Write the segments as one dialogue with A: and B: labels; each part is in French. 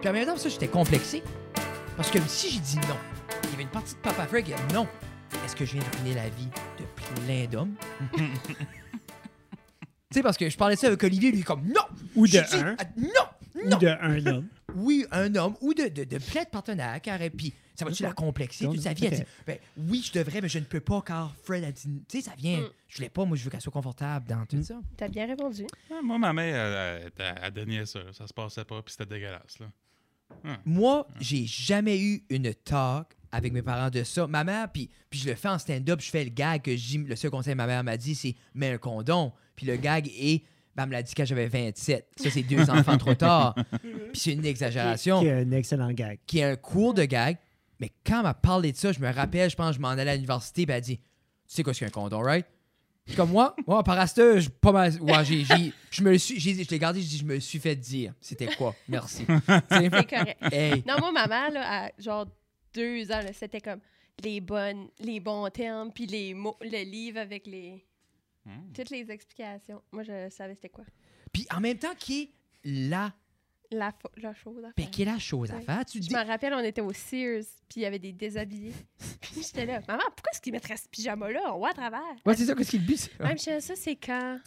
A: Puis en même temps, ça, j'étais complexé. Parce que si j'ai dit non, il y avait une partie de Papa Fred qui a dit non. Est-ce que je viens de ruiner la vie de plein d'hommes? tu sais, parce que je parlais de ça avec Olivier, lui, comme non!
B: Ou
A: J'ai
B: de
A: dit,
B: un.
A: ah, Non! Non!
B: Ou de un homme.
A: Oui, un homme ou de, de, de plein de partenaires, car et puis ça va-tu la complexer?
B: Donc,
A: Toute sa vie, elle
B: ok.
A: dit ben, Oui, je devrais, mais je ne peux pas, car Fred a dit. Tu sais, ça vient.
C: Mm.
A: Je voulais pas, moi, je veux qu'elle soit confortable dans tout
B: Mm.
A: ça.
C: T'as bien répondu.
D: Ah, moi, ma mère, elle, elle- elle- elle donnait ça. Ça se passait pas, puis c'était dégueulasse. Là.
A: Moi, j'ai jamais eu une talk avec mes parents de ça. Ma mère, puis, puis je le fais en stand-up, je fais le gag que j'ai. Le seul conseil que ma mère m'a dit, c'est mets un condom. Puis le gag est. Ben, elle me l'a dit quand j'avais 27. Ça, c'est deux enfants trop tard. Puis c'est une exagération.
B: Qui est un excellent gag.
A: qui est un cours de gag. Mais quand elle m'a parlé de ça, je me rappelle, je pense, que je m'en allais à l'université, puis elle dit Tu sais quoi, c'est un condom, right? Je suis Comme moi, moi, par aster, je pas mal. Ouais, j'ai, j'ai- je me le suis, j'ai, je l'ai gardé, je dis, je me le suis fait dire. C'était quoi? Merci. Tu sais,
C: C'est correct.
A: hey,
C: Non, moi, ma mère, là, à genre deux ans, là, c'était comme les bonnes, les bons termes, puis les mots, le livre avec les...
D: Hmm.
C: Toutes les explications. Moi, je savais c'était quoi.
A: Puis en même temps, qui est la,
C: La, fo- la chose à
A: ben,
C: faire.
A: qui est la chose à
C: Ouais.
A: faire? Tu
C: Je
A: dis,
C: m'en rappelle, on était au Sears, puis il y avait des déshabillés. Puis j'étais là, maman, pourquoi est-ce qu'ils mettraient ce pyjama-là? On voit à travers.
A: ouais, c'est ça, qu'est-ce qu'il but?
B: Ah.
C: Même chez ça, c'est quand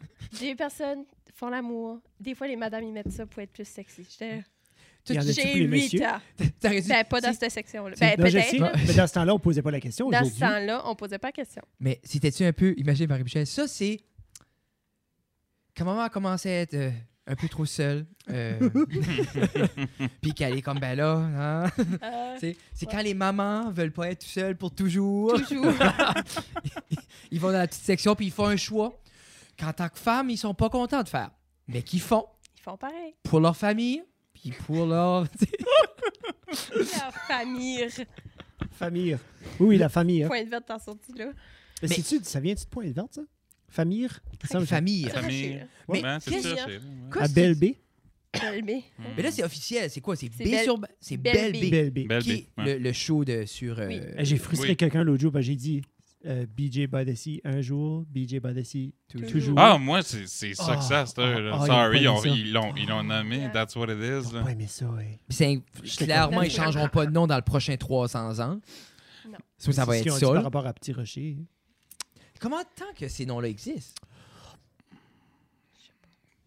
C: les personnes font l'amour. Des fois, les madames, ils mettent ça pour être plus sexy. J'étais là,
B: Il y en a-tu pour
C: J'ai
B: les
C: 8
B: messieurs?
C: ans.
A: T'as raison.
C: Ben, pas
A: Si-
C: dans cette section-là.
B: Tu sais,
C: Ben,
B: non, je sais,
C: peut-être. là.
B: mais dans ce temps-là, on posait pas la question.
C: Dans ce
B: Aujourd'hui,
C: temps-là, on posait pas la question.
A: Mais si t'es-tu un peu, imagine Marie-Michel, ça c'est. Quand maman a commencé à être euh, un peu trop seule, euh, puis qu'elle est comme ben là, hein? Tu sais, c'est quand les mamans veulent pas être seules pour toujours.
C: Toujours.
A: ils vont dans la petite section puis ils font un choix qu'en tant que femme, ils sont pas contents de faire, mais qu'ils font
C: Ils font pareil.
A: pour leur famille, puis pour leur. tu sais.
C: Leur famille.
B: famille. Oui, oui, la famille. hein.
C: Point de vue, t'en sorti là.
B: Mais
A: Mais-
B: sais-tu, ça vient-tu de Pointe Verte, ça? Famille? Ça me fait
A: famille.
D: Famille.
C: Arraché,
A: Mais
D: Ben, c'est
A: qu'est-ce-
D: ça,
C: qu'il
D: c'est.
A: Quoi,
B: à
A: c'est-
B: Belle B.
C: Calmé.
A: Mais là, c'est officiel. C'est quoi? C'est
C: C'est
A: B
C: Belle-
A: sur... B- C'est Belle
C: Belle B.
A: B.
B: Belle B.
D: Belle
A: Qui
D: B.
A: est
D: ouais.
A: le, le show de sur... euh,
C: Oui.
B: Euh, J'ai frustré
D: Oui.
B: quelqu'un l'autre jour parce que j'ai dit euh, BJ Badassi un jour, BJ Badassi
A: Toujours.
B: toujours.
D: Ah, moi, c'est c'est ça que
B: Ah,
D: ça, c'est eux, là.
B: ah, ah,
D: Sorry,
B: ils ont
D: on-
B: pas mis ça.
D: ils l'ont ils l'ont nommé.
C: Yeah.
D: That's what it is.
B: Ils ont
D: là.
B: pas aimé ça, ouais.
A: Puis c'est-
B: J'étais
A: clairement,
C: comme-
A: ils changeront pas de nom dans le prochain 300 ans.
C: Non.
A: Ça, ça
B: C'est
A: va
B: ce qu'ils
A: être
B: ont dit Par
A: ça.
B: rapport à Petit Rocher.
A: Comment tant que ces noms-là existent?
B: Je sais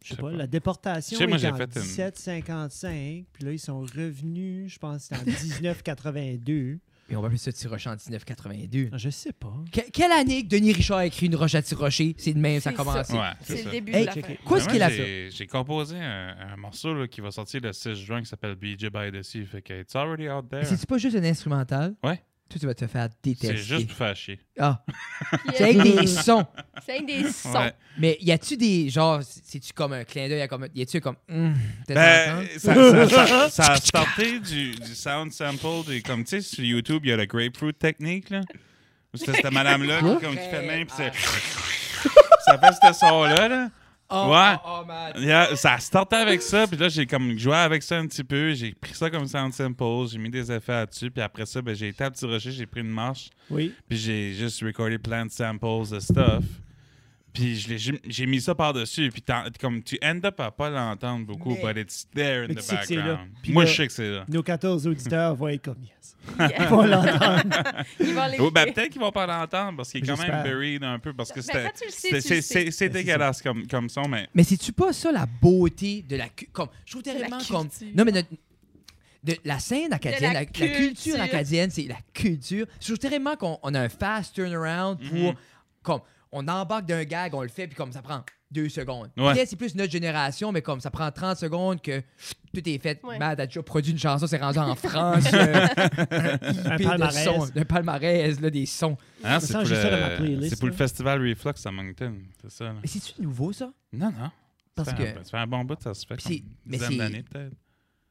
D: Je sais
B: pas,
D: pas.
B: la déportation
D: Je sais, moi,
B: est
D: j'ai
B: en
D: fait une-
B: 1755, puis là, ils sont revenus, je pense, que c'était en 1982.
A: Et on va appeler ça Tirocher en 1982.
B: Je sais pas.
A: Que- quelle année que Denis Richard a écrit une roche à Tirocher? C'est de même, ça
C: C'est
A: a commencé.
D: Ouais,
C: C'est
D: c'est
C: le
D: ça.
C: début
A: Hey,
C: de la fin.
B: checker.
A: Quoi
D: Mais
A: ce
D: moi,
A: qu'il a fait?
D: j'ai- J'ai composé un, un morceau là, qui va sortir le 6 juin qui s'appelle BJ by the Sea. Fait que it's already out there.
A: C'est pas juste un instrumental?
D: Ouais.
A: Toi, tu vas te faire
D: C'est
A: détester.
D: juste pour faire chier.
A: Ah,
C: Puis,
A: c'est avec
C: euh,
A: des sons.
C: C'est avec des sons.
D: Ouais.
A: Mais y a-tu des. Genre, c'est-tu comme un clin d'œil? à comme- Y a-tu comme. hum, de temps en
D: Ben,
A: temps?
D: ça, ça, ça- ça a starté du, du sound sample. du- comme tu sais, sur YouTube, il y a la grapefruit technique. Là. C'était cette madame-là qui, comme, qui fait de même. Pis c'est- ça fait ce son-là. Là.
C: Ah,
A: Oh,
D: ouais.
A: oh, oh, man.
D: Il y a- ça a starté avec ça. Puis là, j'ai comme joué avec ça un petit peu. J'ai pris ça comme sound sample. J'ai mis des effets là-dessus. Puis après ça, ben, j'ai été à Petit Rocher. J'ai pris une marche.
B: Oui.
D: Puis j'ai juste recordé plein de samples de stuff. Puis je l'ai- j'ai j'ai mis ça par-dessus. Puis t'en- comme tu end up à pas l'entendre beaucoup,
A: Mais-
D: but it's there in
B: Mais
D: the
B: tu sais que c'est là.
D: background.
B: Puis
D: Moi,
B: là-
D: je sais que c'est là.
B: Nos 14 auditeurs vont être comme yes.
C: Yeah.
B: Ils vont l'entendre.
C: Ils vont les
D: Oh, ben, peut-être qu'ils vont pas l'entendre parce qu'il est quand
B: J'espère.
D: même buried un peu. Parce que
C: Ben,
D: c'était.
C: quand tu le sais, tu
D: c'était-
C: le sais.
D: C'est c'est- c'est
B: Ben, c'est
D: dégueulasse comme, comme son, mais.
A: Mais c'est-tu pas ça la beauté de la cu- comme je trouve
C: la
A: tellement
C: culture.
A: comme non mais notre- de la scène acadienne,
C: De la
A: la, la culture.
C: culture.
A: acadienne, c'est la culture. Je trouve tellement qu'on on a un fast turnaround
D: Mhm.
A: pour comme on embarque d'un gag, on le fait puis comme ça prend deux secondes.
D: Ouais.
A: Peut-être c'est plus notre génération, mais comme ça prend 30 secondes que tout est fait.
C: Ouais.
A: Matt a déjà produit une chanson, c'est rendu en France. euh,
B: Un
A: puis de
B: palmarès.
A: sons, de palmarès, là, des sons.
D: Hein,
B: Ça,
D: c'est pour,
B: j'ai ça dans ma
D: le...
B: playlist,
D: c'est pour
B: là.
D: le festival Reflux à Moncton. C'est ça, là.
A: Mais c'est-tu nouveau, ça?
D: Non, non.
A: Parce
D: ça,
A: que
D: fait un- ça fait un bon bout, ça se fait.
A: Puis
D: Comme
A: c'est- mais
D: dizaine
A: c'est-
D: d'années, peut-être.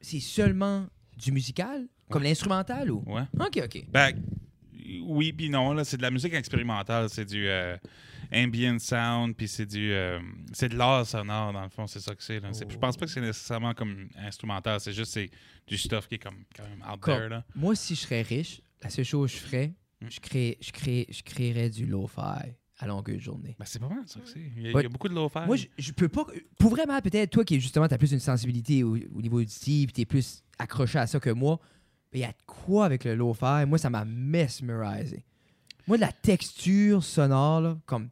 A: c'est seulement du musical? Comme l'instrumental ou?
D: Ouais.
A: OK, OK.
D: Ben, oui, puis non, là, c'est de la musique expérimentale, c'est du euh, ambient sound, puis c'est du euh, c'est de l'art sonore dans le fond, c'est ça que c'est. là. C'est- Je pense pas que c'est nécessairement comme instrumental, c'est juste c'est du stuff qui est comme quand même out
A: Comme-
D: there là.
A: Hmm. Moi, si je serais riche, la seule chose que je ferais, je, crée, je, crée, je créerais du lo-fi à longueur de journée.
D: Ben, c'est pas mal ça que c'est. Il y a,
A: Ouais.
D: il y a beaucoup de low
A: Moi, je, je peux pas. Pour vraiment, peut-être, toi qui justement, t'as plus une sensibilité au, au niveau auditif, puis t'es plus accroché à ça que moi, il y a de quoi avec le lo-fi? Moi, ça m'a mesmerisé. Moi, de la texture sonore, là, comme.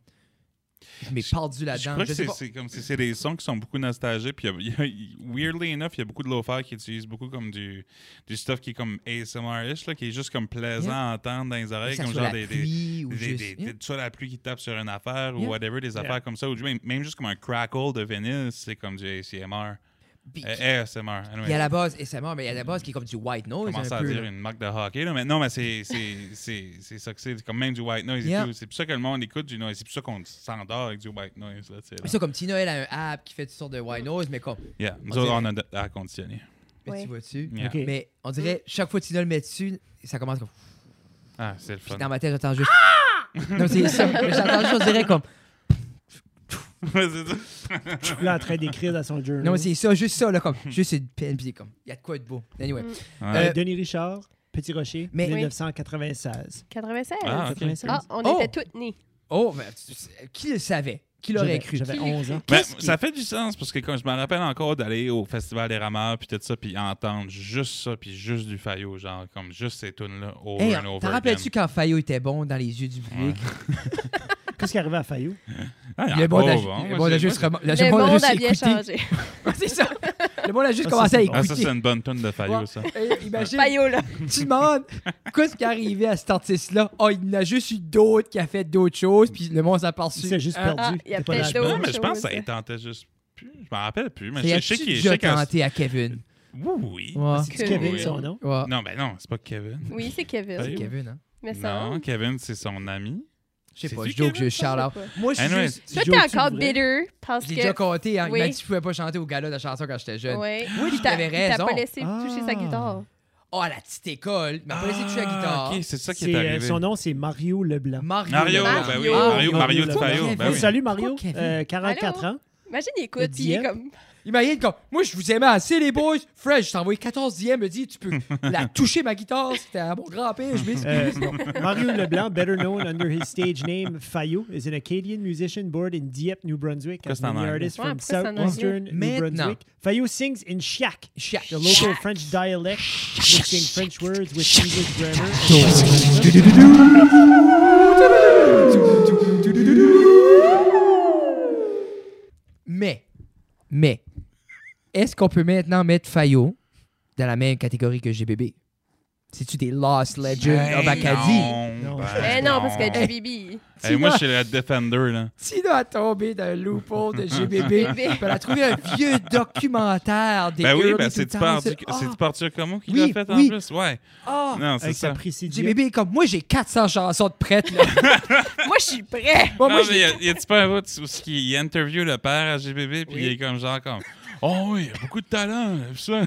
A: Je m'ai
D: Je-
A: perdu
D: Je
A: là-dedans.
D: crois
A: je
D: que
A: sais
D: c'est-
A: pas.
D: c'est comme si c'est des sons qui sont beaucoup nostalgiques. Puis il y a- il y a- weirdly enough, il y a beaucoup de low-fi qui utilisent beaucoup comme du, du stuff qui est comme ASMR-ish, là, qui est juste comme plaisant
A: Yeah.
D: à entendre dans les oreilles,
A: Ça
D: comme
A: soit
D: genre
A: la
D: des, des,
A: pluie ou
D: des,
A: juste-
D: des-
A: Yeah.
D: des- soit la pluie qui tape sur une affaire ou
A: Yeah.
D: whatever, des affaires comme ça, ou même, même juste comme un crackle de vinyle, c'est comme du ASMR.
A: Puis-
D: Euh, ASMR. anyway.
A: Il y a la base, et c'est mort, mais il y a la base qui est comme du white noise.
D: commencer
A: un
D: à
A: peu,
D: dire
A: là.
D: une marque de hockey, là, mais non, mais c'est c'est- c'est- c'est ça que c'est, c'est comme même du white noise et
A: Yeah.
D: tout. C'est pour ça que le monde écoute du noise, c'est pour ça qu'on s'endort avec du white noise. Là, tu sais, là.
A: Mais ça, comme Tina, elle a un app qui fait toutes sortes de white noise, mais comme.
D: Yeah, nous
A: On
D: autres,
A: dirait-
D: on a de- à conditionner.
A: Mais
C: Ouais.
A: tu vois dessus.
D: Yeah.
B: OK.
A: Mais on dirait, chaque fois que Tina le met dessus, ça commence comme.
D: Ah, c'est le
A: Puis
D: fun.
A: dans ma tête, j'entends juste. Non, c'est ça. Mais J'entends juste, on dirait comme.
D: C'est ça.
B: Je suis là en train d'écrire dans son journal.
A: Non, mais c'est ça, juste ça, là, comme. Juste une peine, puis c'est comme. Il y a de quoi de beau. Anyway.
C: Mm.
B: Euh,
D: Ouais.
B: Denis Richard, Petit Rocher,
A: Mais-
B: 1996.
C: 96.
D: Ah,
C: Ah,
D: ok.
B: 96.
C: on
A: Oh!
C: était toutes nées.
A: Oh, ben, tu- tu- qui le savait? Qui l'aurait
B: J'avais-
A: cru?
B: J'avais
C: Qui
B: 11 ans.
D: Mais
A: qu'est-ce qui-
D: ça fait du sens parce que quand je me rappelle encore d'aller au festival des rameurs puis tout ça puis entendre juste ça puis juste du faillot genre comme juste ces tunes là over
A: Hey,
D: and over
A: t'en
D: again.
A: rappelles-tu quand Fayot était bon dans les yeux du public?
B: Qu'est-ce qui est arrivé à Fayou?
D: Ah, il y en
A: Le monde
D: a pas,
A: a
D: bon,
A: ju- le
D: moi,
A: monde a
D: c'est-
A: juste. rem- le-
C: Le
A: monde a
C: monde
A: Ben, juste
C: a bien
A: écouté.
C: changé.
A: C'est ça. Le monde a juste
B: Ah, ça,
A: commencé à
B: c'est bon.
D: Ah, ça
A: écouter.
D: c'est une bonne tune de faillot ça.
A: Euh, Imagine,
C: Payot, là.
A: tu demandes qu'est-ce qui est arrivé à cet artiste-là? Oh, il en a juste eu d'autres qui a fait d'autres choses, puis le monde s'en parle
B: Il s'est juste
A: Ah,
C: ah,
B: perdu.
C: il y a
B: T'es pas
C: peut-être
B: dans le
C: d'autres.
D: Non, mais Ben, je pense que
C: chose.
D: ça les tentait juste plus. Je m'en rappelle plus, mais
A: Et
D: je- je
A: as-tu
D: sais qu'il je
A: déjà
D: sais qu'en-
A: tenté à Kevin?
D: Oui. oui.
A: Ouais.
B: C'est Kevin,
D: Oui.
B: son nom.
A: Ouais.
D: Non, ben non, c'est pas Kevin.
C: Oui, c'est
A: C'est
C: Kevin.
D: Payot.
A: Kevin, hein?
C: Mais ça.
D: Non, Kevin, c'est son ami.
A: Je sais
D: C'est
A: pas,
D: du
A: je joke,
D: Kevin,
A: je shout out.
C: Je sais
A: Moi, je suis
D: Anyway,
A: juste.
C: Toi,
B: Tu
C: t'es
B: joues-tu
C: encore
B: vrai?
C: bitter parce
A: J'ai
C: que.
A: déjà compté, hein,
C: Oui.
A: même si je pouvais pas chanter au gala de la chanson quand j'étais jeune.
C: Ouais.
A: Oui,
C: Il
A: tu
C: t'a-
A: avais
C: il t'a
A: raison.
C: pas laissé toucher sa
B: Ah.
C: guitare.
A: Oh, à la petite école. Il m'a pas laissé toucher Ben, la
D: Ah,
A: guitare.
D: Ok, c'est ça qui
B: C'est,
D: est
B: euh,
D: arrivé.
B: son nom, c'est Mario Leblanc.
A: Mario.
D: Mario,
A: Leblanc.
D: ben oui,
C: Mario.
D: Mario, Mario de
B: Leblanc.
D: Faillot. Ben oui.
B: Salut Mario,
A: Pourquoi Kevin?
B: euh, 44
C: Allô?
B: ans.
C: Imagine, il écoute,
B: Le
C: il est
B: Dieppe.
C: comme.
A: Imagine comme, moi, je vous aimais assez, les boys. Fresh, je t'ai envoyé 14 dixièmes, me dit, tu peux la toucher, ma guitare. C'était à mon grand-père, je m'excuse.
B: Euh, Mario Leblanc, better known under his stage name Fayou, is an Acadian musician born in Dieppe, New Brunswick, and
D: Qu'est-ce que
B: an
D: t'en as?
B: artist
C: Ouais,
B: from
C: pourquoi c'est en
B: southeastern New
A: anglais?
B: Brunswick. Fayou sings in Shack,
A: Chiac.
B: the local French dialect, mixing French words with English grammar.
A: Mais, mais, est-ce qu'on peut maintenant mettre Fayot dans la même catégorie que GBB? C'est-tu des Lost Legends
D: Ben
A: of Acadie?
D: non,
B: Non.
D: ben
C: Eh non, parce que
D: non.
C: JBB.
D: Eh, moi, je suis le Defender, là.
A: Tina a tombé dans le loophole de GBB. Puis elle a trouvé un vieux documentaire des
D: Ben oui,
A: early
D: ben c'est du
A: 2000s.
D: parti-
A: Ah,
D: c'est du Partir Como qui
A: Oui,
D: l'a fait en
A: oui.
D: plus. Ouais.
A: ah.
D: Non, c'est
B: Avec
D: ça.
B: sa précision.
A: GBB est comme, moi, j'ai 400 chansons de prêtes, là.
C: Moi, je suis prêt.
A: Bon, moi,
D: non, mais
A: j'ai-
D: y a- y a-tu pas un bout où ce qui- il interview le père à GBB, puis
A: Oui.
D: il est comme genre comme Oh, oui, il a beaucoup de talent. puis ça.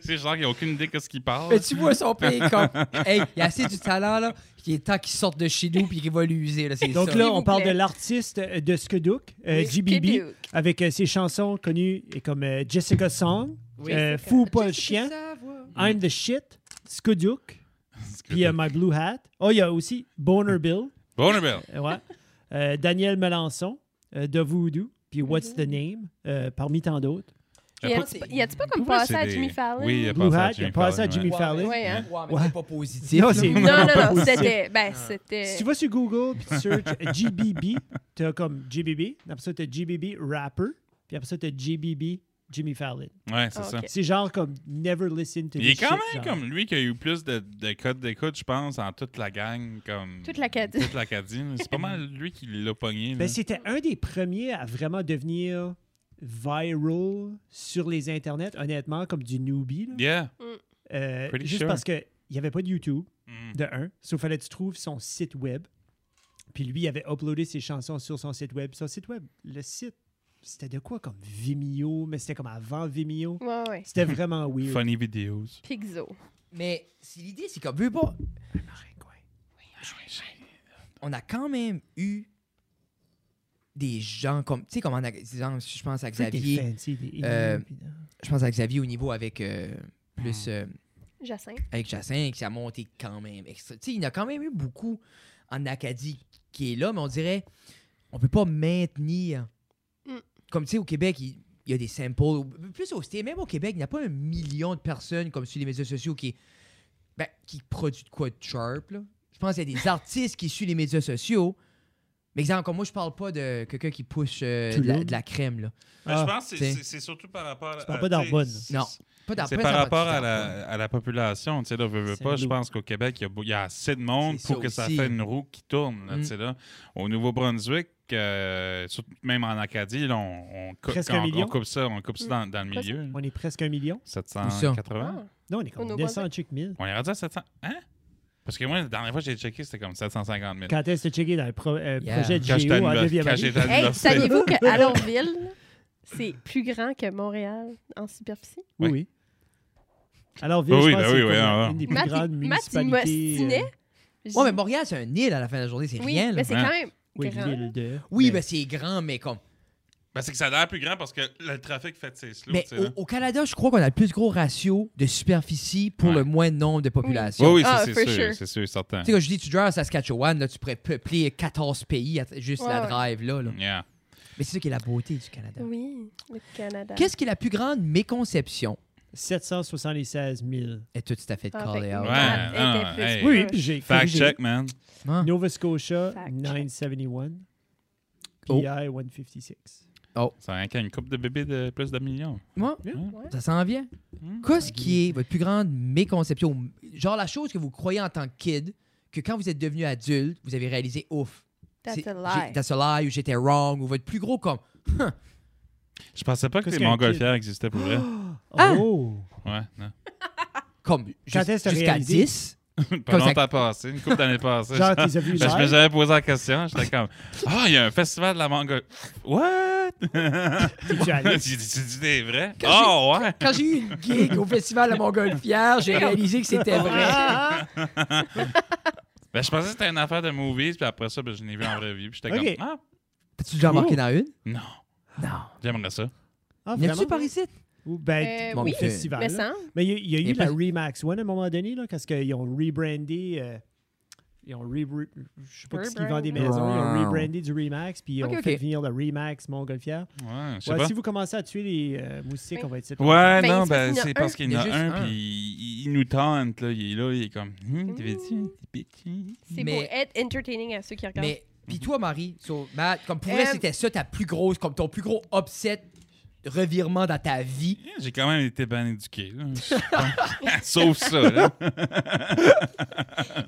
D: c'est genre qu'il a aucune idée de ce qu'il parle.
A: Mais tu vois son pays comme, hey, il y a assez du talent, là, qu'il est temps qu'il sorte de chez nous puis qu'il va l'user, là, c'est
B: Donc
A: ça.
B: là,
C: S'il
B: on
C: vous
B: parle de
C: plaît.
B: l'artiste euh, de Skedook, euh,
C: Oui,
B: GBB,
C: Skidook.
B: avec euh, ses chansons connues et comme euh, Jessica Song,
A: Oui.
B: euh,
C: Jessica.
B: Fou ou pas un chien, I'm the shit, Skedook, puis euh, My Blue Hat. Oh, il y a aussi Boner Bill,
D: Bonnerbell.
B: euh, ouais. Euh, Daniel Melançon, euh, de Voodoo, puis What's the Name, euh, parmi tant d'autres.
C: Y
D: Euh,
C: a-tu pas- y a-tu pas comme
D: Pourquoi
C: passé
D: c'est
C: à
D: des-
C: Jimmy Fallon?
D: Oui, il a
B: Blue
D: passé
B: Hat,
D: à
B: il a
D: Jimmy
B: passé à
D: Fallon,
B: Jimmy
D: ouais.
B: Fallon.
C: Ouais, hein?
A: Ouais, mais
B: Ouais.
A: c'est pas positif.
B: Non,
A: là.
B: c'est-
C: Non, non,
B: Pas
C: non,
B: possible.
C: c'était. Ben, c'était.
B: Si tu vas sur Google puis tu searches GBB, tu as comme GBB, après ça, tu as GBB Rapper, puis après ça, tu as GBB Jimmy Fallon.
D: Ouais, c'est
C: Ah,
D: ça.
C: ok.
B: C'est genre comme Never Listen to
D: Il est
B: this
D: quand
B: shit,
D: même
B: genre.
D: comme lui qui a eu plus de, de codes d'écoute, je pense, en toute la gang. Comme,
C: Toute l'Acadie.
D: Toute l'Acadie. là. C'est pas mal lui qui l'a pogné. là.
B: Ben, c'était un des premiers à vraiment devenir viral sur les internets, honnêtement, comme du newbie. là.
D: Yeah.
B: Euh,
D: Pretty
B: juste
D: sure.
B: parce qu'il n'y avait pas de YouTube,
D: Mm.
B: de un. Sauf fallait que tu trouves son site web. Puis lui, il avait uploadé ses chansons sur son site web. Son site web, le site, c'était de quoi comme Vimeo, mais c'était comme avant Vimeo.
C: Ouais, ouais.
B: C'était vraiment weird.
D: Funny videos.
C: Pixo.
A: Mais si l'idée, c'est comme, veux pas, on a quand même eu des gens comme, tu sais, comme en, exemple, je pense à
B: Xavier.
A: Xavier, Euh, je pense à Xavier au niveau avec euh,
B: Ah.
A: plus euh,
C: Jacinthe.
A: avec Jacin qui a monté quand même. extra- Tu sais, il y en a quand même eu beaucoup en Acadie qui est là, mais on dirait on peut pas maintenir.
C: Mm.
A: Comme tu sais, au Québec, il il y a des samples. Plus au States, même au Québec, il n'y a pas un million de personnes comme sur les médias sociaux qui, ben, qui produisent de quoi de sharp. là. Je pense qu'il y a des artistes qui suivent les médias sociaux. Mais exemple, comme moi, je parle pas de quelqu'un qui pousse euh, de, la,
B: Toulouse.
A: de la crème. Là.
D: Mais
B: Ah,
D: je pense que c'est-
A: t'sais.
D: c'est c'est surtout par rapport à.
B: parles pas d'hormones.
D: t'sais, c'est-
A: Non. Pas d'après, ça
D: C'est par
A: va
D: rapport
A: tout
D: à
A: faire.
D: la, à la population. Tu sais, là, veux, veux
B: C'est
D: pas, je
B: nous.
D: pense qu'au Québec, il y a beau- il y, a assez de monde
A: C'est
D: pour
A: ça
D: que ça
A: aussi.
D: fait une roue qui tourne. Là,
A: Mm.
D: tu sais, là. Au Nouveau-Brunswick, euh, surtout- même en Acadie, là, on, on, cou-
B: Presque
D: on-
B: un
D: on
B: million.
D: coupe ça, on coupe ça dans, dans le
C: Presque.
D: milieu.
B: On est presque un million.
C: Ah.
D: 780?
B: Non, on est comme
C: Au
B: 900 chick 1000.
D: On est rendu à 700. Hein? Parce que moi, la dernière fois que j'ai checké, c'était comme 750 000.
B: Quand est-ce que checké dans le pro- euh,
A: Yeah.
B: projet de
D: Quand j'étais
B: Géo
D: à
B: en 9e
D: l'univers- quand
B: année?
D: j'étais à
C: Hey,
D: l'université.
C: saviez-vous qu'Allonville, c'est plus grand que Montréal en superficie?
B: Oui,
D: Ouais.
B: oui. Alors, Ville,
D: Oui, ben
B: je
D: oui,
B: pense que
D: oui, oui,
B: c'est comme
D: oui,
B: une des plus
C: Matt, il-
B: grandes
C: Matt, il
B: municipalités
C: m'ostinait.
B: euh,
A: Ouais, mais Montréal, c'est un île à la fin de la journée, c'est
C: Oui,
A: rien. là.
C: mais c'est
D: Ouais.
C: quand même
B: euh, oui,
C: grand.
B: l'île de-
A: Oui, ben, c'est grand, mais comme.
D: Ben, c'est que ça a l'air plus grand parce que le trafic fait ses slow.
A: Mais
D: tu sais, hein. là.
A: au, au Canada, je crois qu'on a le plus gros ratio de superficie pour
D: Ouais.
A: le moins de nombre de
D: Oui,
A: population.
D: oui, ça,
C: Ah,
D: c'est
C: for
D: sûr,
C: sure.
D: c'est sûr, certain.
A: Tu sais, quand je dis tu joues à Saskatchewan, là, tu pourrais peupler 14 pays à- juste
C: Ouais,
A: la
C: ouais.
A: drive, là. là.
D: Yeah.
A: Mais c'est ça qui est la beauté du Canada.
C: Oui, le Canada.
A: Qu'est-ce qui est la plus grande méconception?
B: 776 000.
A: Et tout à fait
C: Ah,
A: call
C: fait que
A: out.
D: Ouais.
C: Montréal
D: non,
C: était plus
D: hey.
C: gros.
B: Oui, puis j'ai
D: Fact
B: corrigé.
D: check, man.
A: Hein?
B: Nova Scotia,
C: Fact check.
B: 971.
A: Oh.
B: PI, 156.
D: Ça rien qu'à une coupe de bébés de Hein? plus d'un million.
A: Moi,
C: Ouais.
A: ça s'en vient.
C: Hmm.
D: Mm.
A: Qu'est-ce qui est votre plus grande méconception? Genre la chose que vous croyez en tant que kid, que quand vous êtes devenu adulte, vous avez réalisé, ouf.
C: That's
A: c'est-
C: a
A: j'ai-
C: lie.
A: That's a lie, ou j'étais wrong, ou votre plus gros comme.
D: Je pensais pas que
B: Qu'est-ce
D: les
B: qu'un
D: montgolfières existaient pour vrai.
A: Ah!
B: Oh!
D: Ouais, non.
A: comme
B: Quand est-ce
A: jus-
B: que t'as
A: jusqu'à
B: réalisé?
A: 10.
D: Pas
A: Comme ça-
D: longtemps passé, une couple d'années passées.
B: Genre, t'es vu
D: Ben, je me
B: live?
D: j'avais posé la question, j'étais comme Ah, il y a un festival de la manga. What?
B: T'es-tu allé?
D: tu tu- tu dis des vrais?
A: Quand
D: Oh, ouais!
A: Quand j'ai eu une gig au Festival de la Montgolfière, j'ai réalisé que c'était vrai.
C: Ah,
D: Ben, je pensais que c'était une affaire de movies, puis après ça, ben, je l'ai vu en vraie vie, puis j'étais
B: Ok.
D: comme Ah,
A: T'as-tu déjà embarqué dans une?
D: non,
A: Non.
D: j'aimerais ça.
B: Ah,
A: Y a-tu
B: vraiment?
A: par ici?
B: Ou ben,
C: euh,
A: Bon,
C: oui,
A: fait-
B: festival.
C: me
B: là.
C: semble.
B: Mais il y a- il y, a
A: Il y
B: eu
A: a
B: la
A: pas-
B: Remax One à un moment donné, là, parce qu'ils ont rebrandé. euh, ils ont rebrandé. Je sais pas ce qu'ils vendent des
C: Rebrandé.
B: maisons. Ils ont rebrandé du Remax, puis ils ont
A: Ok, ok.
B: fait venir le Remax Montgolfière.
D: Ouais, je sais
B: Ouais,
D: pas.
B: si vous commencez à tuer les euh, moustiques, on va être ici.
D: Ouais,
C: Ben,
D: non,
C: c'est parce
D: ben,
C: qu'il y en a
D: c'est
C: un.
D: parce qu'il y en
A: Il y a
D: a
A: juste
D: un,
A: un.
D: puis il, il nous tente, là. Il est là, il est comme Hum, tu
C: Mm.
D: veux-tu? t'es petit?
C: C'est
A: Mais-
C: pour être entertaining à ceux qui regardent.
A: Mais, puis toi, Marie, so, Matt, comme pour vrai,
C: Euh,
A: c'était ça ta plus grosse, comme ton plus gros upset, revirement dans ta vie.
D: Yeah, J'ai quand même été bien éduqué, là. Je pense. Sauf ça, hein. là.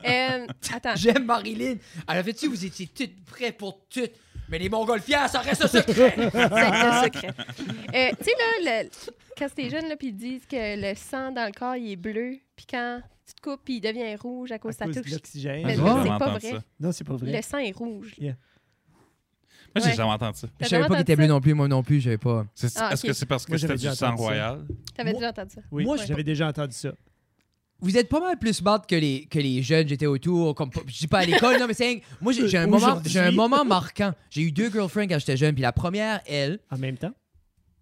C: Euh, attends,
A: J'aime Marilyn. Elle avait tu vous étiez toutes prêts pour tout. Mais les Montgolfières, ça reste un secret.
C: c'est le secret. Euh, tu sais, là, le- quand t'es jeune, là, puis ils disent que le sang dans le corps, il est bleu, puis quand tu te coupes, puis il devient rouge à
B: À
C: cause de ta
B: cause de
C: touche.
B: l'oxygène.
C: Mais
A: Ah,
C: c'est
A: bon?
C: pas
D: Entendre
C: vrai.
D: ça.
B: Non, c'est pas
C: Le
B: vrai.
C: sang est rouge.
D: Moi, j'ai
C: Ouais.
D: jamais entendu ça.
A: Je
C: T'as
A: savais
C: jamais
A: pas qu'il était
C: entendu
A: bleu non plus, moi non plus, j'avais pas.
D: C'est-
C: Ah,
D: Est-ce
C: ok.
D: que c'est parce que
B: Moi, j'avais
D: c'était du
B: déjà
D: sang
B: entendu ça.
D: royal?
C: T'avais
A: Moi-
C: déjà entendu ça?
B: Oui,
A: Moi,
B: j'avais déjà entendu ça.
A: Vous êtes pas mal plus smart que les, que les jeunes, j'étais autour, comme pas- je dis pas à l'école, non mais c'est moi j'ai j'ai un moment
B: Aujourd'hui.
A: j'ai un moment marquant. J'ai eu deux girlfriends quand j'étais jeune, puis la première elle,
B: En même temps.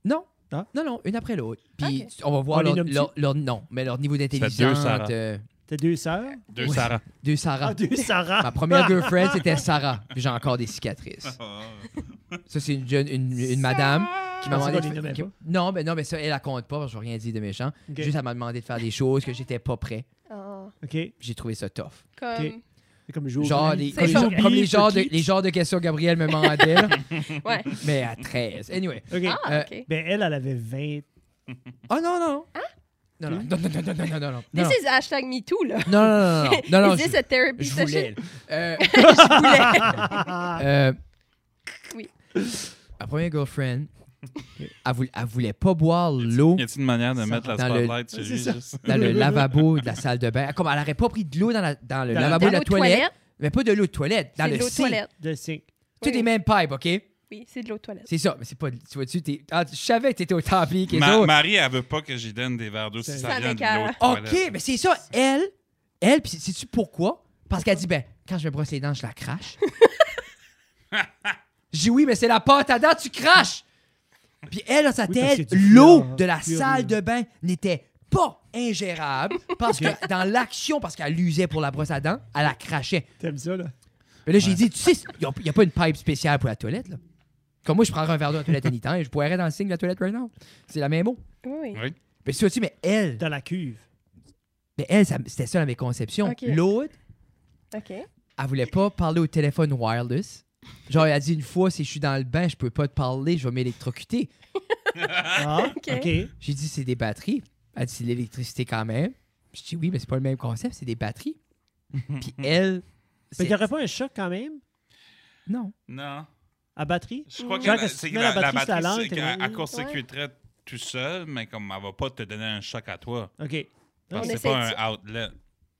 A: non.
B: Ah.
A: Non, non, une après l'autre. Puis
C: Ok.
A: on va voir
B: On les
A: leur,
B: nomme-tu?
A: leur- leur- non, mais leur niveau
D: deux
A: d'intelligence.
D: Sarah.
A: euh,
B: T'as deux sœurs?
D: Deux
A: Ouais.
D: Sarah.
A: deux Sarah.
B: Ah, deux Sarah.
A: Ma première girlfriend c'était Sarah, puis j'ai encore des cicatrices. Ça c'est une jeune une, une madame qui m'a
B: Ah, c'est
A: demandé
B: qu'on les
A: de-
B: nommait
A: qui-
B: pas.
A: Non, mais non, mais ça elle la compte pas parce que je rien dit de méchant.
B: Ok.
A: Juste elle m'a demandé de faire des choses que j'étais pas prêt.
C: Ah,
B: OK.
A: J'ai trouvé ça tough.
C: comme.
B: C'est comme jouer au
A: Genre,
B: billes.
A: les, comme, les,
C: C'est ça.
A: genres- comme les
B: Billes,
A: genres de,
B: Chucky.
A: les genres de questions que Gabriel me demandait, là,
C: Ouais.
A: mais à 13. Anyway.
B: OK.
C: Ah,
A: Euh,
C: OK.
B: Ben, elle, elle avait 20.
A: Oh non, non. Non, non, non, non, non, non, non, non, non, non,
C: Hein? This is hashtag MeToo, là.
A: non, non, non, non, non, non,
C: is this
A: je,
C: a therapy
A: je
C: session?
A: voulais. Euh,
C: Je voulais.
A: euh,
C: Oui.
A: Ma première girlfriend, elle voulait, elle voulait pas boire l'eau
D: Y a-t-il une manière de
B: Ça
D: mettre la
A: dans le-
D: spotlight sur
B: Ouais,
D: lui?
B: c'est ça.
D: juste?
A: dans le lavabo de la salle de bain. Comme elle aurait pas pris de l'eau dans, la- dans le
B: Dans-
A: lavabo
B: dans
A: de la
C: l'eau de
A: toilette, mais pas de l'eau de toilette, dans
C: C'est de
A: le
C: l'eau de
A: sink.
C: toilette.
B: De cinq.
A: Toutes
C: Oui.
A: les mêmes pipes, OK?
C: Oui, c'est de l'eau de toilette.
A: C'est ça, mais c'est pas... Tu vois-tu, t'es- ah, je savais que t'étais autant pire que les
D: Ma-
A: autres.
D: Marie, elle veut pas que j'y donne des verres d'eau si
B: C'est-
D: ça
C: Ça
D: vient de
C: m'écoeure.
D: l'autre
A: OK,
D: toilette.
A: mais c'est ça, elle, elle, puis sais-tu pourquoi? Parce qu'elle dit, ben, quand je me brosse les dents, je la crache. J'ai dit, oui, mais c'est la pâte à dents, tu craches! Puis elle, dans sa
B: Oui, parce
A: tête,
B: que du
A: l'eau
B: fluor,
A: de la
B: fluorure.
A: salle de bain n'était pas ingérable parce que dans l'action, parce qu'elle l'usait pour la brosse à dents, elle la crachait.
B: T'aimes ça, là?
A: Mais là, j'ai dit, tu sais, il n'y a pas une pipe spéciale pour la toilette, là. Comme moi, je prendrais un verre d'eau à la toilette anytime et je boirais dans le signe de la toilette right now. C'est la même eau.
C: Oui.
D: Oui.
A: Mais tu mais elle,
B: Dans la cuve.
A: mais elle ça- c'était ça dans mes conceptions.
C: Ok.
A: L'autre,
C: OK.
A: elle voulait pas parler au téléphone wireless. Genre, elle a dit une fois, si je suis dans le bain, je peux pas te parler, je vais m'électrocuter.
B: Ah, OK.
C: Ok.
A: J'ai dit, c'est des batteries. Elle dit, c'est de l'électricité quand même. Je dis, oui, mais c'est pas le même concept, c'est des batteries. Puis elle.
B: Mais
A: c'est-
B: t'aurais pas un choc quand même
A: Non.
D: Non.
B: à batterie?
D: Je crois que
B: Genre
D: la,
B: que si
D: c'est
B: tu
D: que
B: mets
D: la,
B: la
D: la
B: batterie sur la
D: batterie,
B: langue,
D: c'est
B: t'es
D: qu'elle
B: réglé.
D: elle court-circuiterait tout seul, mais comme elle va pas te donner un choc à toi.
B: OK.
D: Parce
C: On
D: que c'est pas
C: essaie
D: un outlet.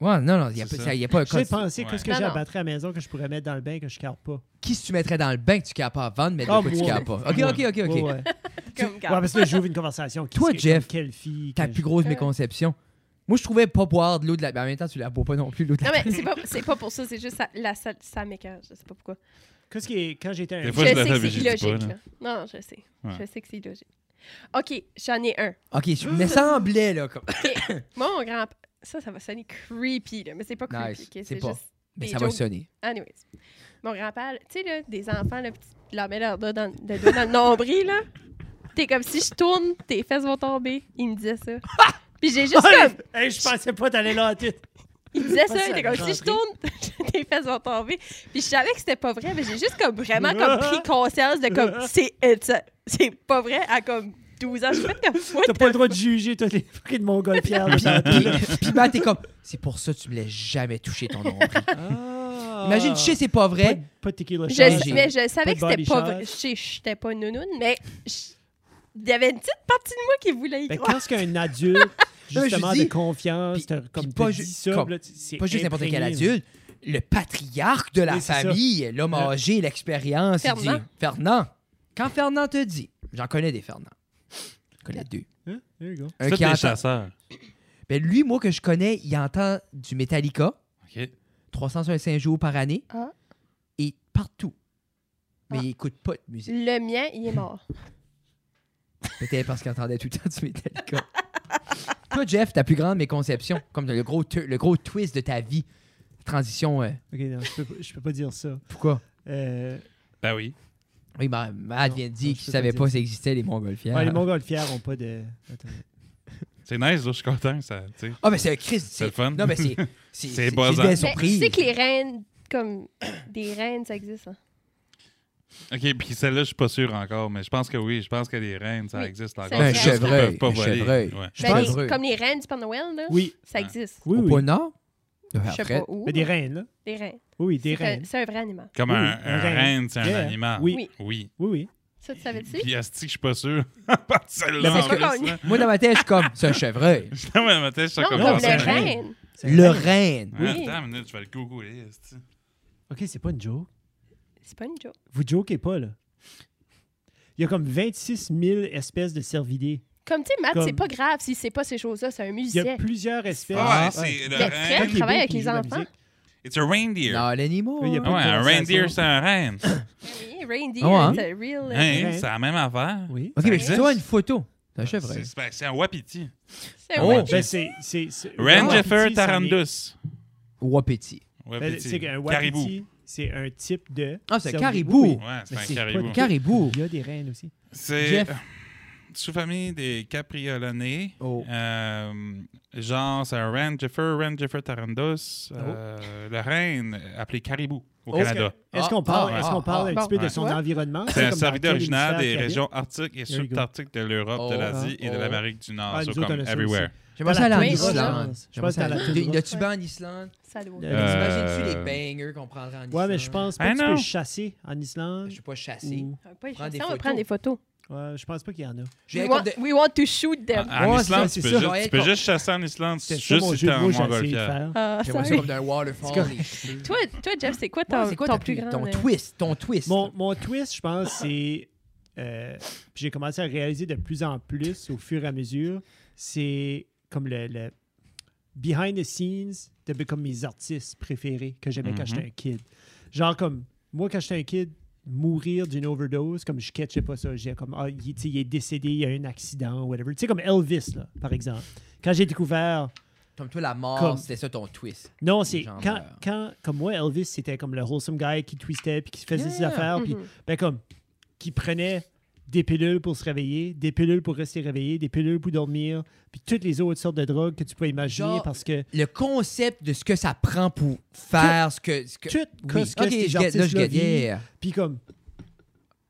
A: Ouais, non, non, il n'y a,
D: C'est
A: pas-
D: ça.
A: ça, y a pas un
B: J'ai
A: code.
B: pensé,
D: Ouais.
B: qu'est-ce que
C: Non,
B: j'ai à
C: non.
B: batterie à la maison que je pourrais mettre dans le bain que je garde pas?
A: Qui si tu mettrais dans le bain que tu capes pas à vendre, mais de
B: Ah,
A: quoi tu
B: moi.
A: capes pas? Ok, ok, ok, ok.
B: Ouais, ouais. Ouais,
C: Comme garde.
B: parce que là, j'ouvre une conversation.
A: Toi,
B: Qu'est-ce que-
A: Jeff,
B: comme Quelle fille?
A: Ta
B: que
A: plus
B: je-
A: grosse
C: Ouais.
A: méconception. Moi, je trouvais pas boire de l'eau de la. Mais en même temps, tu la bois pas non plus, l'eau de
C: Non,
A: la.
C: mais c'est pas, c'est pas pour ça, c'est juste ça, la, ça, ça m'écoeure, je sais pas pourquoi.
B: Qu'est-ce qui est- Quand j'étais un.
D: Des
C: Je
D: fois,
C: sais
D: je le fais,
C: que
D: mais
C: c'est
D: je le dis pas,
C: illogique.
D: là.
C: là. Non, non, je sais.
D: Ouais.
C: Je sais que c'est illogique. OK, j'en ai un.
A: Ok, je me semblait, là. Comme...
C: Moi, mon grand... Ça, ça va sonner creepy, là, mais c'est pas creepy.
A: Nice,
C: ok?
A: c'est
C: C'est
A: pas.
C: juste...
A: Mais
C: Des
A: ça va
C: jokes.
A: sonner.
C: Anyways. Mon grand-père, tu sais, là, des enfants, là, pis tu leur mets leur doigt dans, le doigt dans le nombril, là. T'es comme si je tourne, tes fesses vont tomber. Il me disait ça. Puis j'ai
A: Oh,
C: juste comme.
B: Hey, je pensais pas t'allais là en titre.
C: Il me disait
B: Pas
C: ça, il était
B: ça,
C: comme si je
B: rentrer.
C: tourne, tes fesses vont tomber. Puis je savais que c'était pas vrai, mais j'ai juste comme vraiment comme pris conscience de comme c'est euh, ça- c'est pas vrai à comme 12 ans. Je fais comme what
B: T'as
C: the
B: pas le droit de juger, toi, les fruits de Montgolfière. là, dans
A: Puis,
B: tout, là.
A: puis Matt, t'es comme. C'est pour ça que tu me laisses jamais toucher ton nombril.
B: Ah.
A: Imagine, tu sais, c'est pas
B: Pas
A: vrai.
B: de- Pas de tequila
C: Je,
B: shot.
A: Léger.
C: mais je savais
B: de
C: que c'était
B: body
C: pas
B: shot.
C: vrai. Je sais, j'étais pas une nounoune, mais je- il y avait une petite partie de moi qui voulait y
B: Ben,
C: croire.
B: quand est-ce qu'un adulte,
A: Non, mais je
B: justement,
A: dis-
B: de confiance,
A: puis-
B: te- comme
A: puis pas
B: pas
A: ju-
B: juste ça,
A: comme-
B: là, c'est
A: Pas juste n'importe quel
B: imprégné.
A: adulte. Le patriarche de la
B: Oui, c'est ça.
A: famille, l'homme
B: Ouais.
A: âgé, l'expérience. il dit,
C: Fernand.
A: Fernand. Quand Fernand te dit, j'en connais des Fernand. Je connais deux.
B: Hein? There you go.
A: Un
D: C'est
A: qui
D: des
A: entend.
D: chasseurs.
A: Ben, lui, moi, que je connais, il entend du Metallica.
D: OK.
A: 365 jours par année
C: Ah.
A: et partout. Mais
C: Ah.
A: il écoute pas de musique.
C: Le mien, il est mort.
A: Peut-être parce qu'il entendait tout le temps du Metallica. Toi, Jeff, ta plus grande méconception, comme le gros, tu- le gros twist de ta vie, transition. euh,
B: Ok, non, je peux, pas- je peux pas dire ça.
A: pourquoi?
B: Euh,
D: Ben oui.
A: Oui, ma, Matt
B: Non,
A: vient de
B: non,
A: dire
B: je
A: qu'il
B: peux pas
A: savait
B: dire
A: pas
B: ça.
A: si existait les Montgolfières.
B: ouais, les Montgolfières ont pas de. Attends.
D: C'est nice, là, je suis content. Ça, tu sais.
A: Ah, mais c'est Chris. C'est
D: le fun.
A: Non, mais c'est. C'est
D: C'est
A: c'est-
D: buzzant.
A: c'est une belle
C: Mais
D: Mais
C: Ben, tu
B: Ben,
A: surprise.
C: sais que les reines, comme des reines, ça existe. hein?
D: OK, puis celle-là, je suis pas sûr encore, mais je pense que oui. Je pense que les reines, ça
C: Oui,
D: existe
C: c'est
D: encore.
A: Un
C: vrai.
D: Juste qu'ils
A: chevreuil.
D: peuvent pas
A: Un
D: voler.
A: chevreuil.
D: Ouais.
A: Je
C: Ben, les-
A: suis
C: comme les reines du Père Noël, là,
B: Oui,
C: ça
D: Ouais.
C: existe.
B: oui,
A: Au pôle
B: oui.
A: Nord?
C: Je sais
A: Après,
C: pas où.
B: Mais des reines, là.
C: Des reines.
B: Oui, oui, des
C: C'est un-
B: reines.
C: C'est un vrai animal.
D: Comme
B: Oui,
D: un,
B: un
D: un
B: reine.
D: renne, c'est
B: Yeah.
D: un animal.
B: Oui.
C: Oui.
D: Oui.
B: Oui, oui.
C: Ça, tu savais-tu?
D: Puis Asti, je suis pas sûr. Pas de celle-là.
B: Mais
D: en
C: c'est pas
D: plus,
C: connu.
D: là.
A: moi, dans ma tête, je suis comme, c'est un chevreuil.
D: Dans ma tête, je suis
C: Non,
D: comme
B: non,
C: comme
D: Ah,
C: le
B: c'est un
D: c'est
C: reine.
D: un
B: reine. C'est
A: Le
B: un reine.
A: reine.
D: Ah,
C: Oui.
D: Attends une minute, je vais le googler. esti.
B: Ok, c'est pas une joke.
C: C'est pas une joke.
B: Vous jokez pas, là. Il y a comme 26 000 espèces de cervidés.
C: Comme tu sais, Matt,
B: Comme-
C: c'est pas grave si c'est pas ces choses-là, c'est un
B: Il y a
C: musicien.
B: plusieurs espèces.
D: Ah, ouais, c'est
C: Mais
D: le
B: Quand
C: Fred
D: reine.
B: il est
C: travaille
B: beau
C: avec
B: puis il
C: les
B: joue de la
C: enfants.
B: musique.
D: It's a reindeer.
A: Non, l'animal.
B: Il y a pas
D: Ah ouais, un
B: Conversation.
D: reindeer, c'est un reine.
C: Oui, reindeer,
A: Ah ouais.
C: c'est un real. euh,
D: Hein,
B: reine.
D: c'est la même affaire.
B: Oui.
A: Ok, ben,
D: Ça
A: mais
D: existe? Ah,
A: dis-toi une photo. C'est un chevreuil.
D: C'est- C'est c'est un wapiti.
C: c'est un
A: Oh.
C: real.
B: Ben, c'est. c'est- c'est-
D: Ren
B: wapiti, ça
D: Jeffer
B: vient-
D: Tarandus.
A: Wapiti.
B: Ben, C'est
D: Wapiti.
B: qu'un
D: Caribou.
B: wapiti, c'est un type de.
A: Ah, c'est un
B: cervidé.
A: caribou.
B: Oui, oui.
D: Ouais, c'est
B: Mais
D: un
B: pas
D: caribou.
B: de-
A: Caribou.
B: Il y a des reines aussi.
D: C'est
A: Jeff.
D: sous-famille des Capriolanés.
A: Oh.
D: Euh, genre, c'est un Ren Jeffer, Ren Jeffer Tarandus.
B: Oh.
D: euh, le reine appelé caribou au
A: Oh.
D: Canada.
B: Est-ce
A: Ah,
B: qu'on parle,
A: ah,
B: est-ce
A: ah,
B: qu'on parle
A: ah,
B: un
C: bon.
B: petit peu de son
C: Ouais.
B: environnement?
D: C'est un
B: comme dans
D: serviteur
B: quel
D: originaire
B: hémisphère
D: des
B: qu'il habite?
D: régions arctiques et
B: There you go.
D: subtarctiques de l'europe, de
A: Oh.
D: l'Asie et de
A: Oh.
D: l'amérique du Nord.
B: Ah,
D: so
B: nous autres,
D: comme
B: on a ça
D: everywhere.
A: J'aimerais
B: Dans
A: ça aller
B: la
A: en
C: Tundra,
A: Islande.
B: je
A: J'aimerais
B: pense
A: ça
B: dans
A: aller
B: la
A: en
B: Tundra.
A: Islande. N'as-tu bien en Islande?
C: Ça doit.
B: Euh,
A: T'imagines-tu les
D: Euh,
A: bangers qu'on prendrait en Islande?
B: Ouais, mais je pense pas
D: Ah,
B: que tu
D: non.
B: peux chasser en Islande.
A: Je suis pas chassé.
B: ou-
C: On va pas y
A: Prends des
C: chasser, on va
A: photos.
C: prendre des photos.
B: Ouais, je pense pas qu'il y en a.
A: J'ai Ah,
C: We
A: comme
C: want,
A: de-
C: we want to shoot them.
D: En en
A: Ouais,
D: Islande,
A: c'est
D: tu peux
A: ça,
D: juste-
A: ouais,
D: tu peux
A: comme-
D: juste chasser en Islande
B: C'est
D: si-
B: ça
D: juste
B: mon
D: si
B: jeu
D: t'es
B: de
D: en
B: mots, j'ai essayé de
D: Montgolfière.
B: faire.
C: Ah,
A: J'aimerais ça
C: sorry.
A: comme d'un waterfall. les cheveux.
C: Toi, toi, Jeff, c'est quoi
A: Ouais,
C: ton,
A: C'est quoi
C: ton
A: ta
C: plus grand?
A: Ton
C: euh,
A: twist, ton twist.
B: Mon, mon twist, je pense, c'est. euh, puis j'ai commencé à réaliser de plus en plus au fur et à mesure. C'est comme le, le behind the scenes de comme mes artistes préférés que j'aimais quand
D: Mhm.
B: j'étais un kid. Genre comme moi quand j'étais un kid, mourir d'une overdose, comme je catchais pas ça. J'ai comme ah, il, tu sais, il est décédé, il y a eu un accident, whatever. Tu sais, comme Elvis, là, par exemple. Quand j'ai découvert
A: Comme toi, la mort,
B: Comme-
A: c'était ça ton twist.
B: Non, c'est
A: gens
B: quand,
A: meurent.
B: quand, comme moi, Elvis, c'était comme le wholesome guy qui twistait puis qui faisait ses
A: Yeah.
B: affaires, puis
C: Mhm.
B: ben comme qui prenait des pilules pour se réveiller, des pilules pour rester réveillé, des pilules pour dormir, puis toutes les autres sortes de drogues que tu peux imaginer
A: Genre-
B: parce que
A: Le concept de ce que ça prend pour faire ce que. Ce que...
B: tout
A: Oui.
B: ce que
A: Ok,
B: ces
A: je get- là, je
B: artistes-là
A: get-
B: vivent,
A: yeah.
B: puis comme
A: Oh,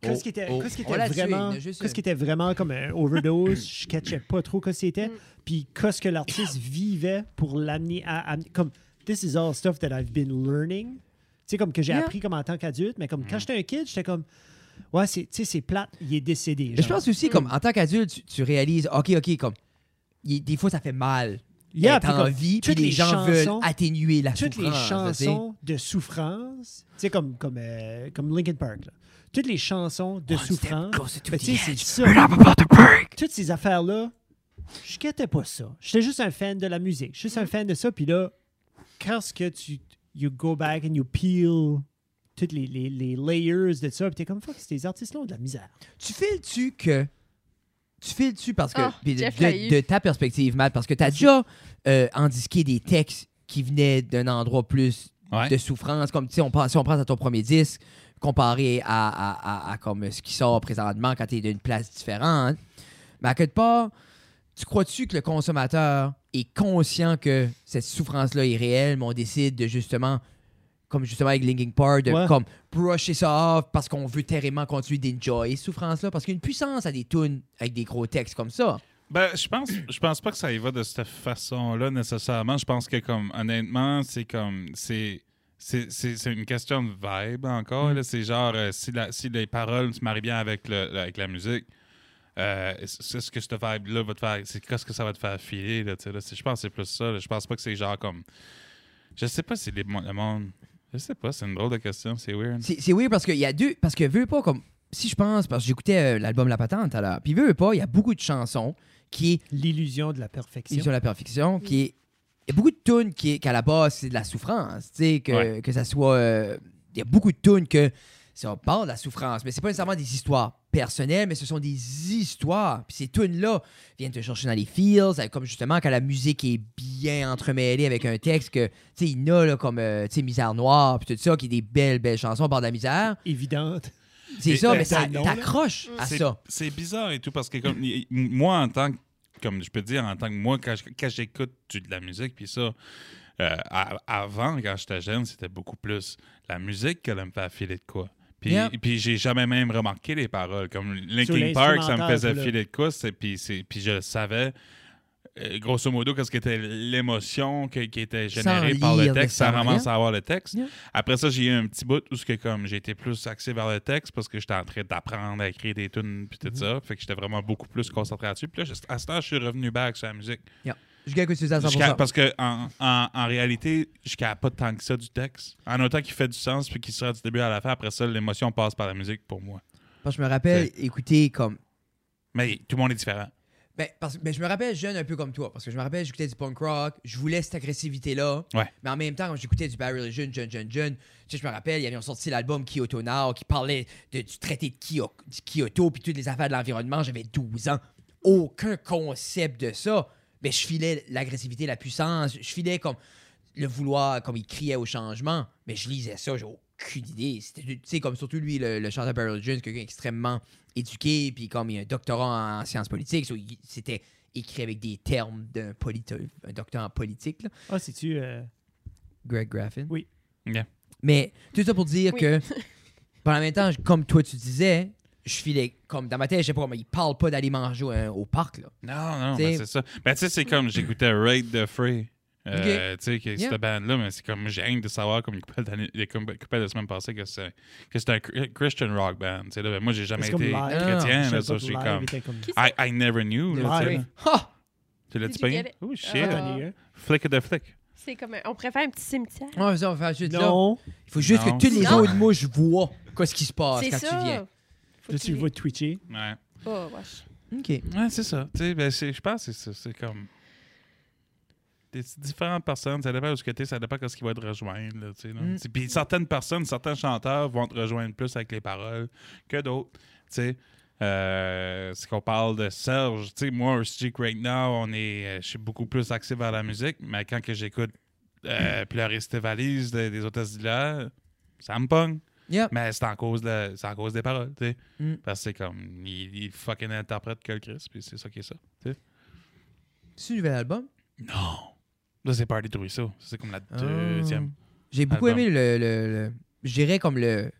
B: qu'est-ce qui était,
A: oh.
B: qu'est-ce qui
A: On
B: était
A: l'a tué,
B: vraiment
A: il y en a juste
B: qu'est-ce
A: un.
B: qui était vraiment comme un overdose, je catchais pas trop qu'est-ce que c'était,
A: Mm.
B: puis qu'est-ce que l'artiste vivait pour l'amener à, amener- comme this is all stuff that I've been learning. Tu sais, comme que j'ai
A: Yeah.
B: appris comme en tant qu'adulte, mais
A: Mm.
B: comme quand j'étais un kid, j'étais comme, ouais, c'est, tu sais, c'est plate, il est décédé.
A: Mais je
B: genre.
A: pense
C: Hmm.
A: aussi, comme en tant qu'adulte, tu, tu réalises, OK, OK, comme. il- des fois, ça fait mal. Il
B: Yeah,
A: est
B: puis
A: en
B: comme
A: vie, puis
B: toutes
A: les,
B: les
A: gens
B: chansons-
A: veulent atténuer la
B: toutes les
A: souffrance. je veux dire.
B: chansons de souffrance, tu sais, comme, comme, euh, comme Linkin Park, là. toutes les chansons de
A: One step
B: souffrance,
A: closer to
B: ben,
A: the
B: tu sais,
A: edge.
B: c'est
A: And
B: ça.
A: I'm about to break.
B: Toutes ces affaires-là, je quittais pas ça. J'étais juste un fan de la musique, juste un fan de ça, puis là, quand ce que tu, you go back and you peel toutes les, les, les layers de ça, puis t'es comme, fuck, ces artistes-là ont de la misère.
A: Tu files-tu que. Tu files-tu parce que.
C: Ah,
A: puis de,
C: Jeff
A: de-
C: Caillou.
A: de ta perspective, Matt, parce que t'as déjà euh, endisqué des textes qui venaient d'un endroit plus
D: Ouais.
A: de souffrance. Comme, tu sais, on pense- si on pense à ton premier disque, comparé à, à- à- à comme ce qui sort présentement quand t'es d'une place différente. Mais à quelque part, tu crois-tu que le consommateur est conscient que cette souffrance-là est réelle, mais on décide de justement, comme justement avec Linkin Park, de
B: Ouais.
A: comme brusher ça off parce qu'on veut terriblement continuer d'enjoy cette souffrance-là? Parce qu'il y a une puissance à des tunes avec des gros textes comme ça.
D: Ben, je pense, je pense pas que ça y va de cette façon-là nécessairement. Je pense que comme honnêtement, c'est comme c'est c'est c'est- c'est une question de vibe encore. là. C'est genre euh, si la- si les paroles se marient bien avec le avec la musique. euh, c'est ce que cette vibe-là va te faire. C'est qu'est-ce que ça va te faire filer. Là, tu sais, là. C'est- Je pense que c'est plus ça. là. Je pense pas que c'est genre comme. Je sais pas si les, mo- le monde. Je sais pas, c'est une drôle de question. C'est weird.
A: C'est c'est weird parce qu'il y a deux. Parce que veut pas, comme. Si je pense, parce que j'écoutais euh, l'album La Patente tout à l'heure, puis veut veut pas, il y a beaucoup de chansons qui est
B: L'illusion de la perfection.
A: Illusion de la perfection, qui est. Il y a beaucoup de tunes qui, est- qu'à la base, c'est de la souffrance. Tu sais, que,
D: Ouais.
A: que ça soit. euh, il y a beaucoup de tunes que. Ça parle de la souffrance, mais c'est pas nécessairement des histoires personnelles, mais ce sont des histoires. Puis ces tunes-là viennent te chercher dans les feels, euh, comme justement quand la musique est bien entremêlée avec un texte que, tu sais, il y en a là, comme, euh, tu sais, Misère Noire, puis tout ça, qui est des belles, belles chansons, on parle de la misère.
B: Évidente.
A: C'est
D: Et-
A: ça,
D: ben,
A: mais ça
B: t'as le nom, là.
A: t'accroche à
D: C'est-
A: ça.
D: C'est bizarre et tout parce que comme y- y- moi en tant que comme je peux dire en tant que moi quand je- quand j'écoute du- de la musique puis ça euh, à- avant quand j'étais jeune c'était beaucoup plus la musique que de me faire filer de quoi. Puis,
A: Yeah.
D: puis j'ai jamais même remarqué les paroles. Comme Linkin
B: l'instrumental,
D: Park, ça me faisait
B: là.
D: filer de quoi. c'est- Puis, c'est- puis je savais, euh, grosso modo, qu'est-ce qu'était l'émotion que- qui était générée
A: Sans
D: par le
A: lire
D: texte, sans
A: nécessairement.
D: vraiment savoir le texte.
A: Yeah.
D: Après ça, j'ai eu un petit bout où ce que, comme, j'ai été plus axé vers le texte parce que j'étais en train d'apprendre à écrire des tunes puis tout
A: Mm-hmm.
D: ça. Fait que j'étais vraiment beaucoup plus concentré là-dessus. Puis là, je- à ce temps, je suis revenu back sur la musique.
A: Je gagne que tu dis à 100%.
D: Jusqu'à- parce que en, en- en réalité, je capte pas tant que ça du texte. En autant qu'il fait du sens puis qu'il sera du début à la fin, après ça, l'émotion passe par la musique pour moi.
A: Parce que je me rappelle écouter comme
D: Mais tout le monde est différent.
A: Ben, parce, ben, je me rappelle jeune un peu comme toi, parce que je me rappelle, j'écoutais du punk rock, je voulais cette agressivité-là.
D: Ouais.
A: Mais en même temps, quand j'écoutais du Barry Religion, jeune, jeune, jeune, tu sais, je me rappelle, ils avaient sorti l'album Kyoto Now qui parlait de- du traité de Kyo- du Kyoto, puis toutes les affaires de l'environnement. J'avais 12 ans. Aucun concept de ça. Mais je filais l'agressivité, la puissance. Je filais comme le vouloir, comme il criait au changement. Mais je lisais ça, j'ai aucune idée. C'était, du- tu sais, comme surtout lui, le, le chanteur Barry Religion, c'est quelqu'un extrêmement éduqué, puis comme il a un doctorat en sciences politiques, so, il- c'était écrit avec des termes d'un polito- un docteur en politique, là.
B: Ah, c'est-tu. euh,
A: Greg Graffin.
B: Oui.
D: Yeah.
A: Mais tout ça pour dire
C: Oui.
A: que, pendant le même temps, je- comme toi tu disais, je filais comme dans ma tête, je sais pas, mais il parle pas d'aller manger euh, au parc, là.
D: Non, non,
A: T'sais-
D: mais c'est ça. Ben, tu sais, c'est comme j'écoutais Raid the Free. Euh, Tu sais, que
A: Yeah.
D: cette bande-là, mais c'est comme j'ai rien que de savoir, comme une couple d'années- les couple couple de semaines passées, que c'est que c'est un cr- Christian rock band. Tu sais, là, ben, moi, j'ai jamais
B: c'est
D: été
B: comme live.
D: chrétien.
B: Je
D: Hein,
B: savais
D: Là,
B: pas
D: ça,
B: que
D: je suis
B: live
D: comme.
B: était comme-
D: I, I never knew. là, tu sais,
B: Live.
D: là.
A: Ha!
D: Tu l'as-tu
C: Did you
D: pogné?
C: get it?
D: Oh shit.
C: Ah.
B: Funny, hein?
D: Flick of the flick.
C: C'est comme un- on préfère un petit cimetière.
A: Ouais, Ah, ça, on va faire juste là.
B: Non,
A: Il faut juste
D: Non.
A: que toutes les
C: Non.
A: autres mouches voient qu'est-ce qui se passe
C: C'est
A: Ah, quand
C: ça.
A: tu viens.
C: Faut
B: là,
C: qu'il
B: tu le
C: ait-
B: vois twitcher.
D: Ouais.
C: Oh, wesh.
A: OK.
D: Ouais, c'est ça. Tu sais, ben, c'est- je pense que c'est ça. C'est comme. Des différentes personnes, ça dépend où ce que t'es, ça dépend de ce qui va te rejoindre. Là, tu sais, là.
A: Mm.
D: C'est- Puis certaines personnes, certains chanteurs vont te rejoindre plus avec les paroles que d'autres. Tu sais, Euh, c'est qu'on parle de Serge. Tu sais, moi, au Stick Right Now, on est, euh, je suis beaucoup plus axé vers la musique, mais quand que j'écoute euh, Pleurer c'était valise de- des hôtesses d'hilaire, ça me pogne.
A: Yep.
D: Mais c'est en cause de, c'est en cause des paroles, tu sais.
A: Mm.
D: Parce que c'est comme, il, il fucking interprète que le Christ, puis c'est ça qui est ça.
A: C'est un nouvel album.
D: Non! Là, c'est Party de Ruisseau. C'est comme la
A: Ah.
D: deuxième.
A: J'ai beaucoup
D: Album.
A: aimé le. le, le- je dirais comme le.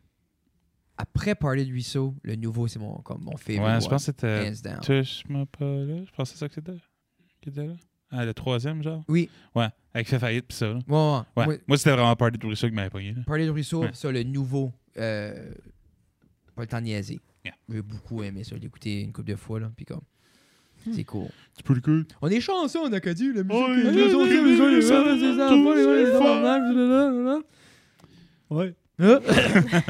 A: Après Parler de Ruisseau, le nouveau, c'est mon, comme mon
D: Ouais,
A: favorite.
D: je pense que c'était
A: hands down.
D: Touche-moi pas là. Je pense que c'est ça que c'était. Qui était là? Ah, le troisième, genre?
A: Oui.
D: Ouais, avec fait faillite, pis ça. là.
A: Ouais, ouais,
D: Ouais.
A: Moi,
D: Moi, c'était vraiment Party de Ruisseau qui m'avait pogné. Là.
A: Parler de Ruisseau,
D: Ouais.
A: ça, le nouveau. euh, pas le temps de niaiser.
D: Yeah.
A: J'ai beaucoup aimé ça. J'ai écouté une couple de fois, là. Puis comme. C'est cool.
D: Tu peux le cul.
A: Hmm. On est chanceux en Acadie, la musique.
D: Oh,
A: euh,
D: oui,
A: les autres,
D: oui,
A: les
D: oui,
A: gens, les
D: oui, ça,
A: gens, les gens,
D: ça, tout,
A: les gens, les
D: c'est
A: gens,
D: fort.
A: blablabla, blablabla.
B: Ouais.
A: Hein?
C: Ouais.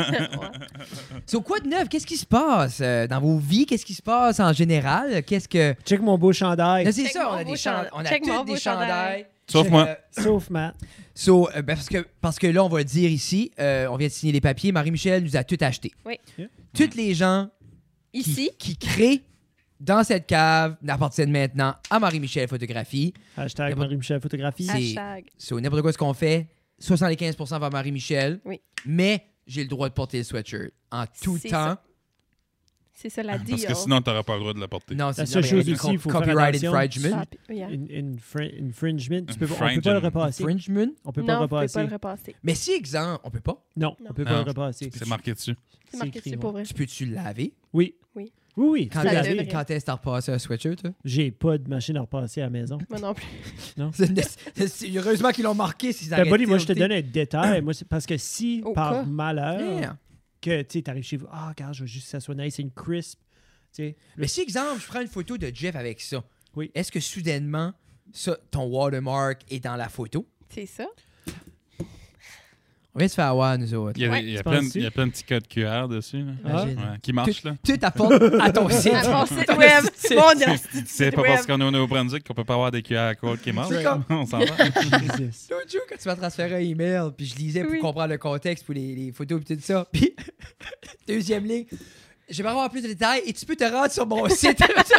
A: So, quoi de neuf? Qu'est-ce qui se passe euh, dans vos vies? Qu'est-ce qui se passe en général? Qu'est-ce que.
B: Check mon beau chandail.
A: Là, c'est
C: Check
A: ça, on
C: mon
A: a des
C: beau
A: chandails.
C: chandail.
A: On a
C: Check mon
A: tous
C: beau
A: des chandails.
C: chandail.
D: Sauf moi.
A: Euh,
B: Sauf Matt.
A: so, euh, ben, parce, que, parce que là, on va le dire ici, euh, on vient de signer les papiers. Marie-Michel nous a tout acheté.
C: Oui.
B: Yeah.
A: Toutes les gens qui-
C: Ici,
A: qui, créent dans cette cave appartiennent maintenant à Marie-Michel Photographie.
B: Hashtag
A: Y'a pas-
B: Marie-Michel Photographie.
A: C'est-
C: hashtag.
A: So, n'importe quoi ce qu'on fait, 75% va à Marie-Michel.
C: Oui.
A: Mais j'ai le droit de porter le sweatshirt en tout
C: C'est
A: temps.
C: ça. C'est ça
A: Ah,
C: la deal.
D: Parce que sinon, t'aurais pas le droit de le porter.
A: oh. Non, c'est
B: La seule
A: non, mais
B: chose
A: il y a
B: aussi, il faut faire
A: copyright
B: attention.
A: infringement.
C: Stop. Ah, Yeah.
B: In- in- fri- infringement. Tu peux pas- on peut pas
D: Infringement.
B: le repasser.
A: Infringement?
B: On peut pas
C: Non,
B: le
C: on peut pas
B: repasser.
C: le repasser.
A: Mais si, exemple, on peut pas.
B: Non, on peut pas
D: Non.
B: le repasser.
D: C'est marqué dessus.
C: C'est marqué
B: écrit,
C: dessus
B: ouais.
C: pour vrai.
A: Tu peux-tu le laver?
B: Oui.
C: Oui.
B: Oui, oui. tu
A: Quand
B: peux
C: Ça
B: laver.
C: devrait.
A: quand est-ce que t'as repassé un sweatshirt? toi?
B: J'ai pas de machine à repasser à la maison.
C: Moi non plus.
A: C'est- c'est- c'est- Heureusement qu'ils l'ont marqué. Si
B: Ben, Bonnie, moi, je Ah. te donne un détail. moi, c'est parce que si,
C: Au
B: par
C: cas.
B: malheur, que tu arrives chez vous, ah, regarde, je veux juste que ça soit nice, une crisp. Tu sais,
A: Mais si, exemple, je prends une photo de Jeff avec ça,
B: Oui.
A: est-ce que soudainement, ça, ton watermark est dans la photo?
C: C'est ça.
A: On vient de se faire avoir, nous autres.
D: Il y a,
C: Ouais,
D: des- il y a
B: tu
D: plein,
B: penses-tu?
D: il y a plein de petits codes QR dessus. là.
A: Imagine.
D: Ouais, qui marchent, là.
A: Tout apporte à ton site.
C: À mon site web. Mon asti de
D: C'est
C: site
D: pas
C: web.
D: parce qu'on est au Nouveau-Brunswick qu'on peut pas avoir des QR codes qui marchent.
A: C'est comme-
D: On s'en va.
B: Jesus.
A: L'autre jour, quand tu m'as transféré un email, puis je lisais pour
C: Oui.
A: comprendre le contexte, pour les, les photos, puis tout ça. Puis, deuxième ligne, j'aimerais avoir plus de détails et tu peux te rendre sur mon site.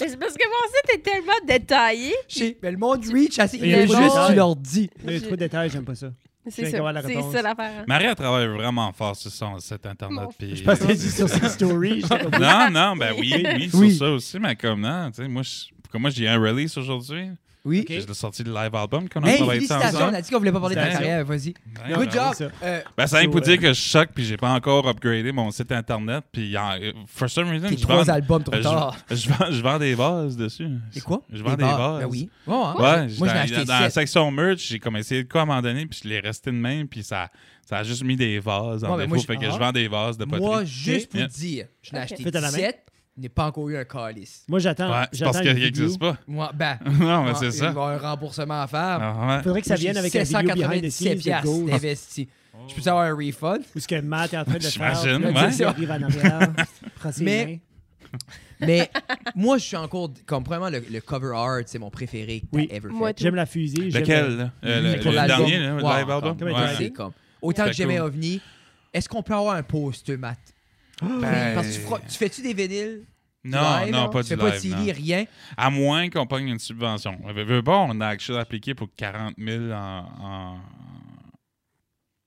C: Mais c'est parce que mon site est tellement détaillé.
A: J'ai- Mais le monde reach assez.
B: Il
A: Il
B: y a
A: est
B: des
A: juste
B: détails.
A: sur l'ordi.
B: Il y a trop de détails, j'aime pas ça.
C: C'est
B: viens d'avoir la
C: ça. C'est
B: réponse.
C: ça l'affaire. hein.
D: Marie, elle travaille vraiment fort sur son site Internet.
C: Mon-
D: puis- euh,
B: Je pense qu'elle dit sur ses stories. j'étais comme,
D: Non, non, ben oui, oui,
A: Oui.
D: sur ça aussi, mais comme non, tu sais, moi, je- comme moi, j'ai eu un release aujourd'hui.
A: Oui.
D: J'ai le sorti le live album qu'on a
A: Hey,
D: travaillé ça
A: félicitations, on
D: ensemble.
A: a dit qu'on voulait pas parler de ta
D: Félicitations.
A: carrière, vas-y.
D: Ouais,
A: Good
D: bravo.
A: job.
B: ça.
A: Euh,
D: Ben, ça vient pour
B: So,
D: dire
B: euh,
D: que je choque puis j'ai pas encore upgradé mon site internet. Puis, en- euh, for some reason,
A: tes
D: je vends,
A: trois albums trop
D: euh, je-
A: tard.
D: je, vends, je vends des vases dessus.
A: Et quoi?
D: Je vends des
A: bars.
D: vases.
A: Ben oui. Ouais, hein.
D: Ouais,
A: Moi, j'en ai
D: dans-
A: acheté
D: dans la
A: sept.
D: section merch, j'ai comme essayé de quoi à un moment donné, puis je l'ai resté de même, puis ça, ça a juste mis des vases
A: Ouais,
D: en
A: ben,
D: défaut.
A: moi, je-
D: fait que
A: ah.
D: je vends des vases de poterie.
A: Moi, juste pour
D: Yeah.
A: dire, je n'ai
C: Ok.
A: acheté
B: Faites à la main.
A: 17, je n'ai pas encore eu un calice.
B: Moi, j'attends.
D: ouais, c'est
B: j'attends
D: parce
B: une
D: qu'il
B: vidéo.
D: n'existe pas.
A: Moi, ben,
D: non, mais
A: moi,
D: c'est
A: Il va y
D: ça.
A: avoir un remboursement à faire.
D: Ah, ouais.
B: Faudrait que ça vienne avec un vidéo behind the scenes
A: 797
B: de
A: piastres
B: Ghost.
A: d'investi.
D: Oh.
A: Je peux avoir un refund,
B: Ou ce que Matt est en train de faire.
D: J'imagine,
B: Là,
D: ouais.
B: tu sais, il arrive en arrière. prend ses
A: Mais-
B: mains.
A: mais moi, je suis encore, comme vraiment, le, le cover art, c'est mon préféré que
B: Oui.
A: t'as ever
C: Moi,
A: fait.
C: tout.
B: J'aime la fusée. j'aime-
D: Lequel? là? Euh,
B: Mais
D: le
B: pour
D: le
A: l'album,
D: dernier, là, le
A: wow,
D: live album?
A: comme-
B: Ouais.
A: c'est
D: Ouais.
A: comme- Autant que
D: C'était
A: j'aimais
D: cool.
A: OVNI, est-ce qu'on peut avoir un poster, Matt?
D: Ben,
A: Parce que tu, feras- tu fais-tu des vinyles?
D: Non,
A: live, hein?
D: non, pas
A: tu
D: du
A: fais pas de
D: live. non.
A: CD, rien.
D: À moins qu'on pogne une subvention. Veux, veux pas, on a actually appliqué pour 40 000 en. en,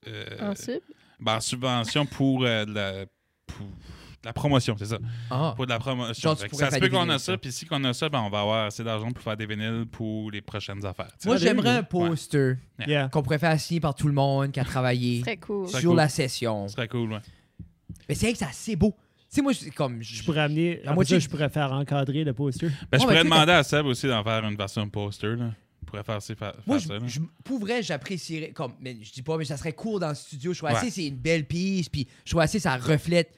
D: euh,
C: En sub.
D: ben, en subvention pour, euh, de la, pour de la promotion, c'est ça.
A: Ah,
D: Pour de la promotion.
A: Genre, tu
D: Fait que
A: pourrais
D: ça se
A: faire
D: peut
A: des
D: qu'on
A: vinyles,
D: a
A: ça.
D: ça, puis si qu'on a ça, ben, on va avoir assez d'argent pour faire des vinyles pour les prochaines affaires. tu sais.
A: moi,
B: des
A: j'aimerais
B: vinyles.
A: un poster
B: Yeah.
A: qu'on pourrait faire signer par tout le monde qui a travaillé
C: Très cool.
D: Ça-
A: sur
D: cool.
A: la session.
D: Ce serait cool, ouais. Ben,
A: Mais c'est vrai que c'est assez beau. Tu sais, moi, je- comme...
B: Je pourrais amener.
A: La
B: après
A: moitié-
B: ça, je pourrais faire encadrer le poster.
D: Ben, je
A: Ouais, ben,
D: pourrais
A: toi,
D: demander à Seb aussi d'en faire une version poster. Là. Je pourrais faire, ci, fa- faire
A: Moi, je,
D: ça. là.
A: je- pour vrai, j'apprécierais. Comme, mais je dis pas, mais ça serait cool dans le studio. Je trouve
D: Ouais.
A: assez, c'est une belle pièce, puis je trouve assez, ça reflète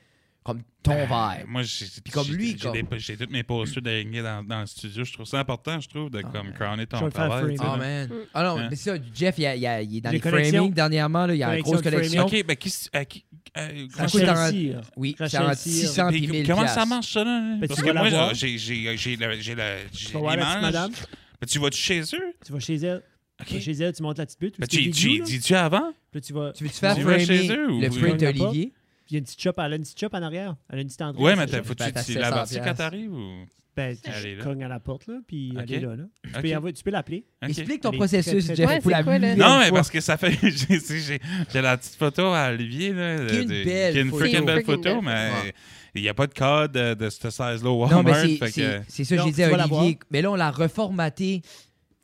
A: comme ton verre.
D: Ben, Moi, j'ai j'ai-
A: comme lui,
D: j'ai
A: comme-
D: des- j'ai toutes mes postures d'aligner dans, dans le studio. Je trouve ça important, je trouve, de comme crowner
B: Je
D: ton
B: vais le faire framer.
D: travail. tu sais,
A: Oh
D: là.
A: man.
C: Mm.
A: Ah non,
D: Hein?
A: mais ça, Jeff, il, y a- il y a- il est dans
B: Les
A: les,
B: collections.
A: framings dernièrement, là, il y a une
B: Collection
A: grosse
B: de
A: collection.
B: framing.
D: Ok, ben qui. s- à qui- à-
A: Ça
D: comment
A: coûte
B: Rachel
A: en-
B: Cyr.
A: Oui,
B: Rachel
A: c'est entre
B: Cyr.
A: 600
D: mais
A: puis 1000
D: comment ça
A: piastres.
D: marche, ça? Là?
B: Ben,
D: Parce
B: tu
D: que
B: vas la
D: moi,
B: voir.
D: j'ai j'ai- j'ai la- j'ai la- j'ai
B: Tu vas voir la petite
D: l'image.
B: madame.
D: Ben, tu vas-tu chez eux?
B: Tu vas chez elle. Tu vas
D: Ok.
B: chez elle, tu montes la petite pute. ou
D: Ben,
B: c'est
D: tu
B: Bidou, là.
D: dis-tu avant?
B: Puis là, tu vas.
A: Tu veux-tu faire
D: Tu vas chez
A: framer
D: eux ou
A: le
D: vous-
A: print
B: on y va pas?
A: d'Olivier?
B: Il y a une petite chop, elle a une petite chop en arrière. Elle a une petite entrée.
D: Ouais,
B: ça,
D: mais
B: ça.
D: t'as- faut-tu
A: Ben, t'as
D: tu la
A: 700
D: partie quand t'arrives ou.
B: Ben, tu
D: Allez, là.
B: cognes à la porte, là, puis
D: Ok.
B: elle est là. là. Tu
D: Ok.
B: peux y envoyer- tu peux l'appeler.
D: Ok.
A: Explique ton
B: Elle est
A: processus,
B: très, très-
A: Jeff,
C: Ouais,
A: pour
C: c'est
A: la
C: quoi, là?
A: millième
D: Non, mais
A: fois.
D: parce que ça fait. j'ai- c'est- J'ai j'ai la petite photo à Olivier, là. de-
A: Qui est une
D: de-
A: belle
D: qui est une
A: photo.
D: freaking belle
C: Freaking
D: photo,
C: belle
D: mais
A: photo.
D: il n'y a pas de code de, de cette size-là au
A: Non,
D: Walmart.
A: mais c'est-
D: fait que-
A: c'est c'est ça que
B: Non,
A: j'ai dit
B: tu vas
A: à
B: la
A: Olivier. Mais là, on l'a reformaté.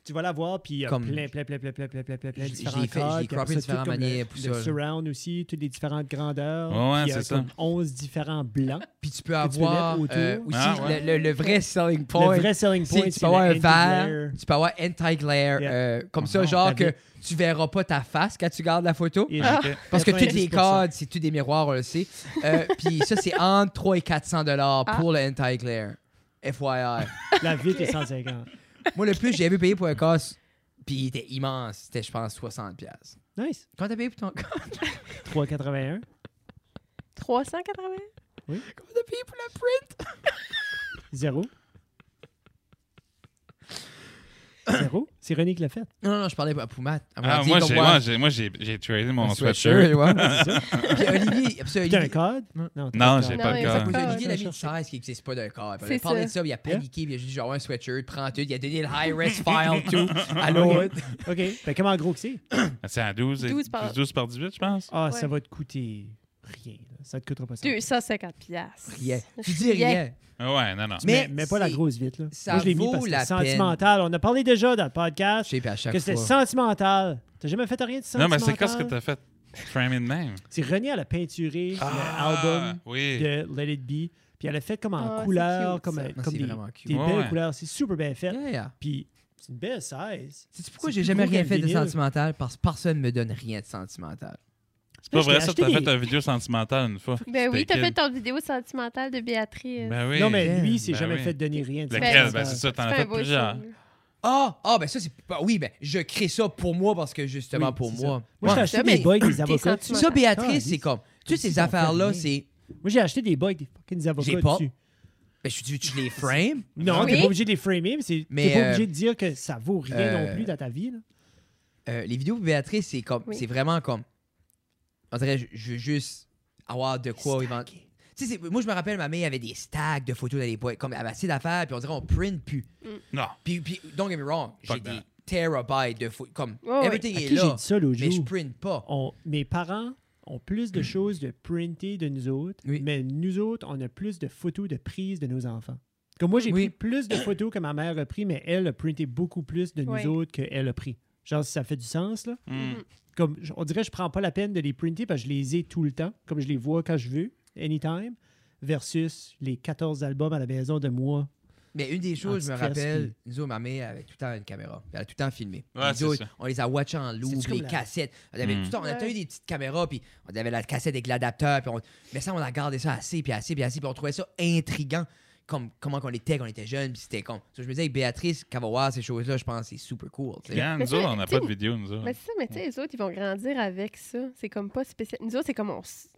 B: Tu vas la voir, puis il y a
A: Comme-
B: plein, plein, plein, plein, plein, plein, plein, plein, plein de
A: J'ai-
B: différents
A: j'ai fait-
B: codes,
A: j'ai
B: puis après
A: croppé
B: ça,
A: de différentes
B: tout comme le-
A: manières pour
B: Le
A: ça, là.
B: surround aussi, toutes les différentes grandeurs.
D: Ouais, ouais,
B: puis il y a
D: c'est
B: comme 11 différents blancs.
A: Puis tu peux
B: tu peux mettre
A: avoir
B: autour.
A: euh, aussi
D: Ah, ouais.
A: le, le- le vrai selling point.
B: Le vrai selling
A: c'est
B: point,
A: tu
B: c'est
A: peux avoir un
B: le
A: verre,
B: anti-glare.
A: tu peux avoir anti-glare,
B: Yeah.
A: euh, comme
D: Ah,
A: ça,
D: on
A: genre
B: t'avait-
A: que tu verras pas ta face quand tu gardes la photo. Ah.
B: Et-
D: Ok.
A: Parce que toutes les
B: 90%.
A: codes, c'est tous des miroirs, on le sait. Euh, Puis ça, c'est entre 3 et 400 dollars pour le anti-glare. FYI.
B: La vitre est 150.
A: Moi, le plus, j'avais payé pour un casse, puis il était immense. C'était, je pense, 60$. piastres.
B: Nice.
A: Quand t'as payé pour ton casse,
B: 3,81.
C: 380?
A: quand t'as payé pour la print?
B: Zéro. Zéro. C'est René qui l'a fait.
A: Non, non, non, je parlais pas pour Matt. Elle m'a
D: Ah,
A: dit
D: moi,
A: comme
D: j'ai-
A: moi,
D: moi, j'ai- moi, j'ai j'ai tradé
A: un
D: mon
A: sweatshirt,
D: sweatshirt.
A: ouais.
B: C'est ça?
A: Puis Olivier, parce que
B: Puis t'as un
A: Olivier-
B: code? Non, t'as
D: Non,
B: de
D: j'ai
B: code.
D: pas
C: il
D: de
C: y a
A: Parce
D: code.
A: que
C: Ah,
A: Olivier
B: ouais.
A: l'a mis une chaise qui n'existe pas d'un corps. Il a
C: C'est
A: parlé
C: ça.
A: de ça, puis il a paniqué, puis il a juste genre un sweatshirt, prends tout, il a donné le high-res file, tout, à l'autre.
B: OK. Ben, comment gros que c'est?
D: C'est à 12, et-
C: 12 par-
D: 12 par 18, je pense.
B: Ah, ça
C: Ouais.
B: va te coûter rien. là. Ça te coûtera pas ça.
C: 250 piastres.
A: Rien. Tu dis rien.
D: Ah Ouais, non, non.
A: Mais
B: Mais, mais pas la
A: c'est-
B: grosse vite. Là.
A: ça
B: Moi, je l'ai mis
A: vaut
B: parce que
A: la
B: c'est
A: peine.
B: sentimental. On a parlé déjà dans le
A: Je
B: podcast
A: sais, puis à chaque
B: que
A: fois.
B: c'était sentimental. T'as jamais fait rien de
D: Non,
B: sentimental?
D: mais c'est quoi ce que t'as fait? Frame in même.
B: C'est René, elle a peinturé
D: Ah,
A: Ah,
B: l'album
D: Oui.
B: de Let It Be. Puis elle a fait comme en
C: Ah, c'est
B: couleur,
C: cute,
B: comme,
C: ça.
A: Ah,
B: comme
A: c'est
B: des,
A: vraiment cute.
B: des
D: Ouais,
B: belles
D: ouais.
B: couleurs. C'est super bien fait.
A: Yeah, yeah.
B: Puis c'est une belle size.
A: Sais-tu pourquoi
B: C'est
A: j'ai
B: plus
A: jamais
B: gros
A: rien
B: qu'un
A: fait de
B: vinyle.
A: sentimental? Parce que personne ne me donne rien de sentimental.
D: C'est pas
B: Là, je t'ai
D: vrai, ça,
B: acheté
D: t'as fait
B: des-
D: une vidéo sentimentale une fois.
C: Ben oui,
D: C'était
C: t'as fait
D: quel-
C: ton vidéo sentimentale de Béatrice.
D: Ben oui.
B: Non, mais lui, il s'est
D: Ben
B: jamais
D: oui.
B: fait donner rien de
D: Lequel?
C: Ben,
D: Ben, c'est ça, t'en
C: C'est
D: as
C: un
D: fait
C: beau
D: plusieurs.
C: show.
A: Ah! Ah, ben ça, c'est. bah oui, ben je crée ça pour moi parce que justement
B: Oui,
A: pour
B: c'est
A: moi.
B: Moi, j'ai
A: Ouais.
B: acheté
C: Ça,
B: des
C: mais
B: boys, des
C: tes
B: avocats dessus.
C: sentiments-
A: Ça, Béatrice,
B: Attends,
A: c'est comme. Toutes
B: ils
A: ces
B: ont
A: affaires-là,
B: fait rien.
A: c'est.
B: Moi, j'ai acheté des boys, avec des fucking avocats
A: J'ai pas.
B: dessus.
A: Ben, je suis tu les frames.
B: Non,
C: Oui.
B: t'es pas obligé de les framer, mais c'est-
A: Mais,
B: t'es pas
A: euh,
B: obligé de dire que ça vaut rien
A: euh,
B: non plus dans ta vie. là.
A: Euh, les vidéos pour Béatrice, c'est comme.
C: Oui.
A: C'est vraiment comme. On dirait, je, je veux juste avoir de quoi évent- Tu sais, c'est- moi, je me rappelle, ma mère avait des stacks de photos dans les boîtes. Comme, elle avait assez d'affaires, puis on dirait, on print plus.
D: Non.
A: Puis, puis don't get me wrong, j'ai
D: Fuck that.
A: des terabytes de photos. Comme,
C: Ouais, ouais.
A: everything
B: À
A: est
B: qui j'ai
A: là,
B: dit ça l'autre
A: mais je
B: jour?
A: print pas.
B: On- mes parents ont plus de choses de printer de nous autres,
A: Oui.
B: mais nous autres, on a plus de photos de prises de nos enfants. Comme moi, j'ai
A: Oui.
B: pris plus de photos que ma mère a pris, mais elle a printé beaucoup plus de nous
C: Ouais.
B: autres qu'elle a pris. Genre, si ça fait du sens, là.
D: Hmm.
B: Comme, je- on dirait que je prends pas la peine de les printer parce que je les ai tout le temps, comme je les vois quand je veux, anytime, versus les 14 albums à la maison de moi.
A: Mais une des choses, je me
B: Anti-stress,
A: rappelle, nous autres, ma mère avait tout le temps une caméra. Elle a tout le temps filmé.
D: Ouais,
A: nous
D: c'est
A: autres,
D: ça.
A: on les a watchés en loop,
B: C'est-tu comme
A: les
B: la-
A: cassettes. On avait,
D: Mm.
A: tout le temps, on a tout le temps
C: Ouais.
A: eu des petites caméras, puis on avait la cassette avec l'adapteur, puis on... Mais ça, on a gardé ça assez, puis assez, puis assez, puis on trouvait ça intriguant, comme comment qu'on était quand on était jeune, puis c'était con. Ça, je me disais, avec Béatrice, qu'elle va voir ces choses-là, je pense que c'est super cool. tu sais.
D: Regarde,
C: Mais
D: nous autres,
C: ça,
D: on n'a
C: tu sais,
D: pas de vidéo, nous autres.
C: Mais Ben, c'est ça, mais tu sais, les autres, ils vont grandir avec ça. C'est comme pas spécial. Nous autres, c'est comme on. s-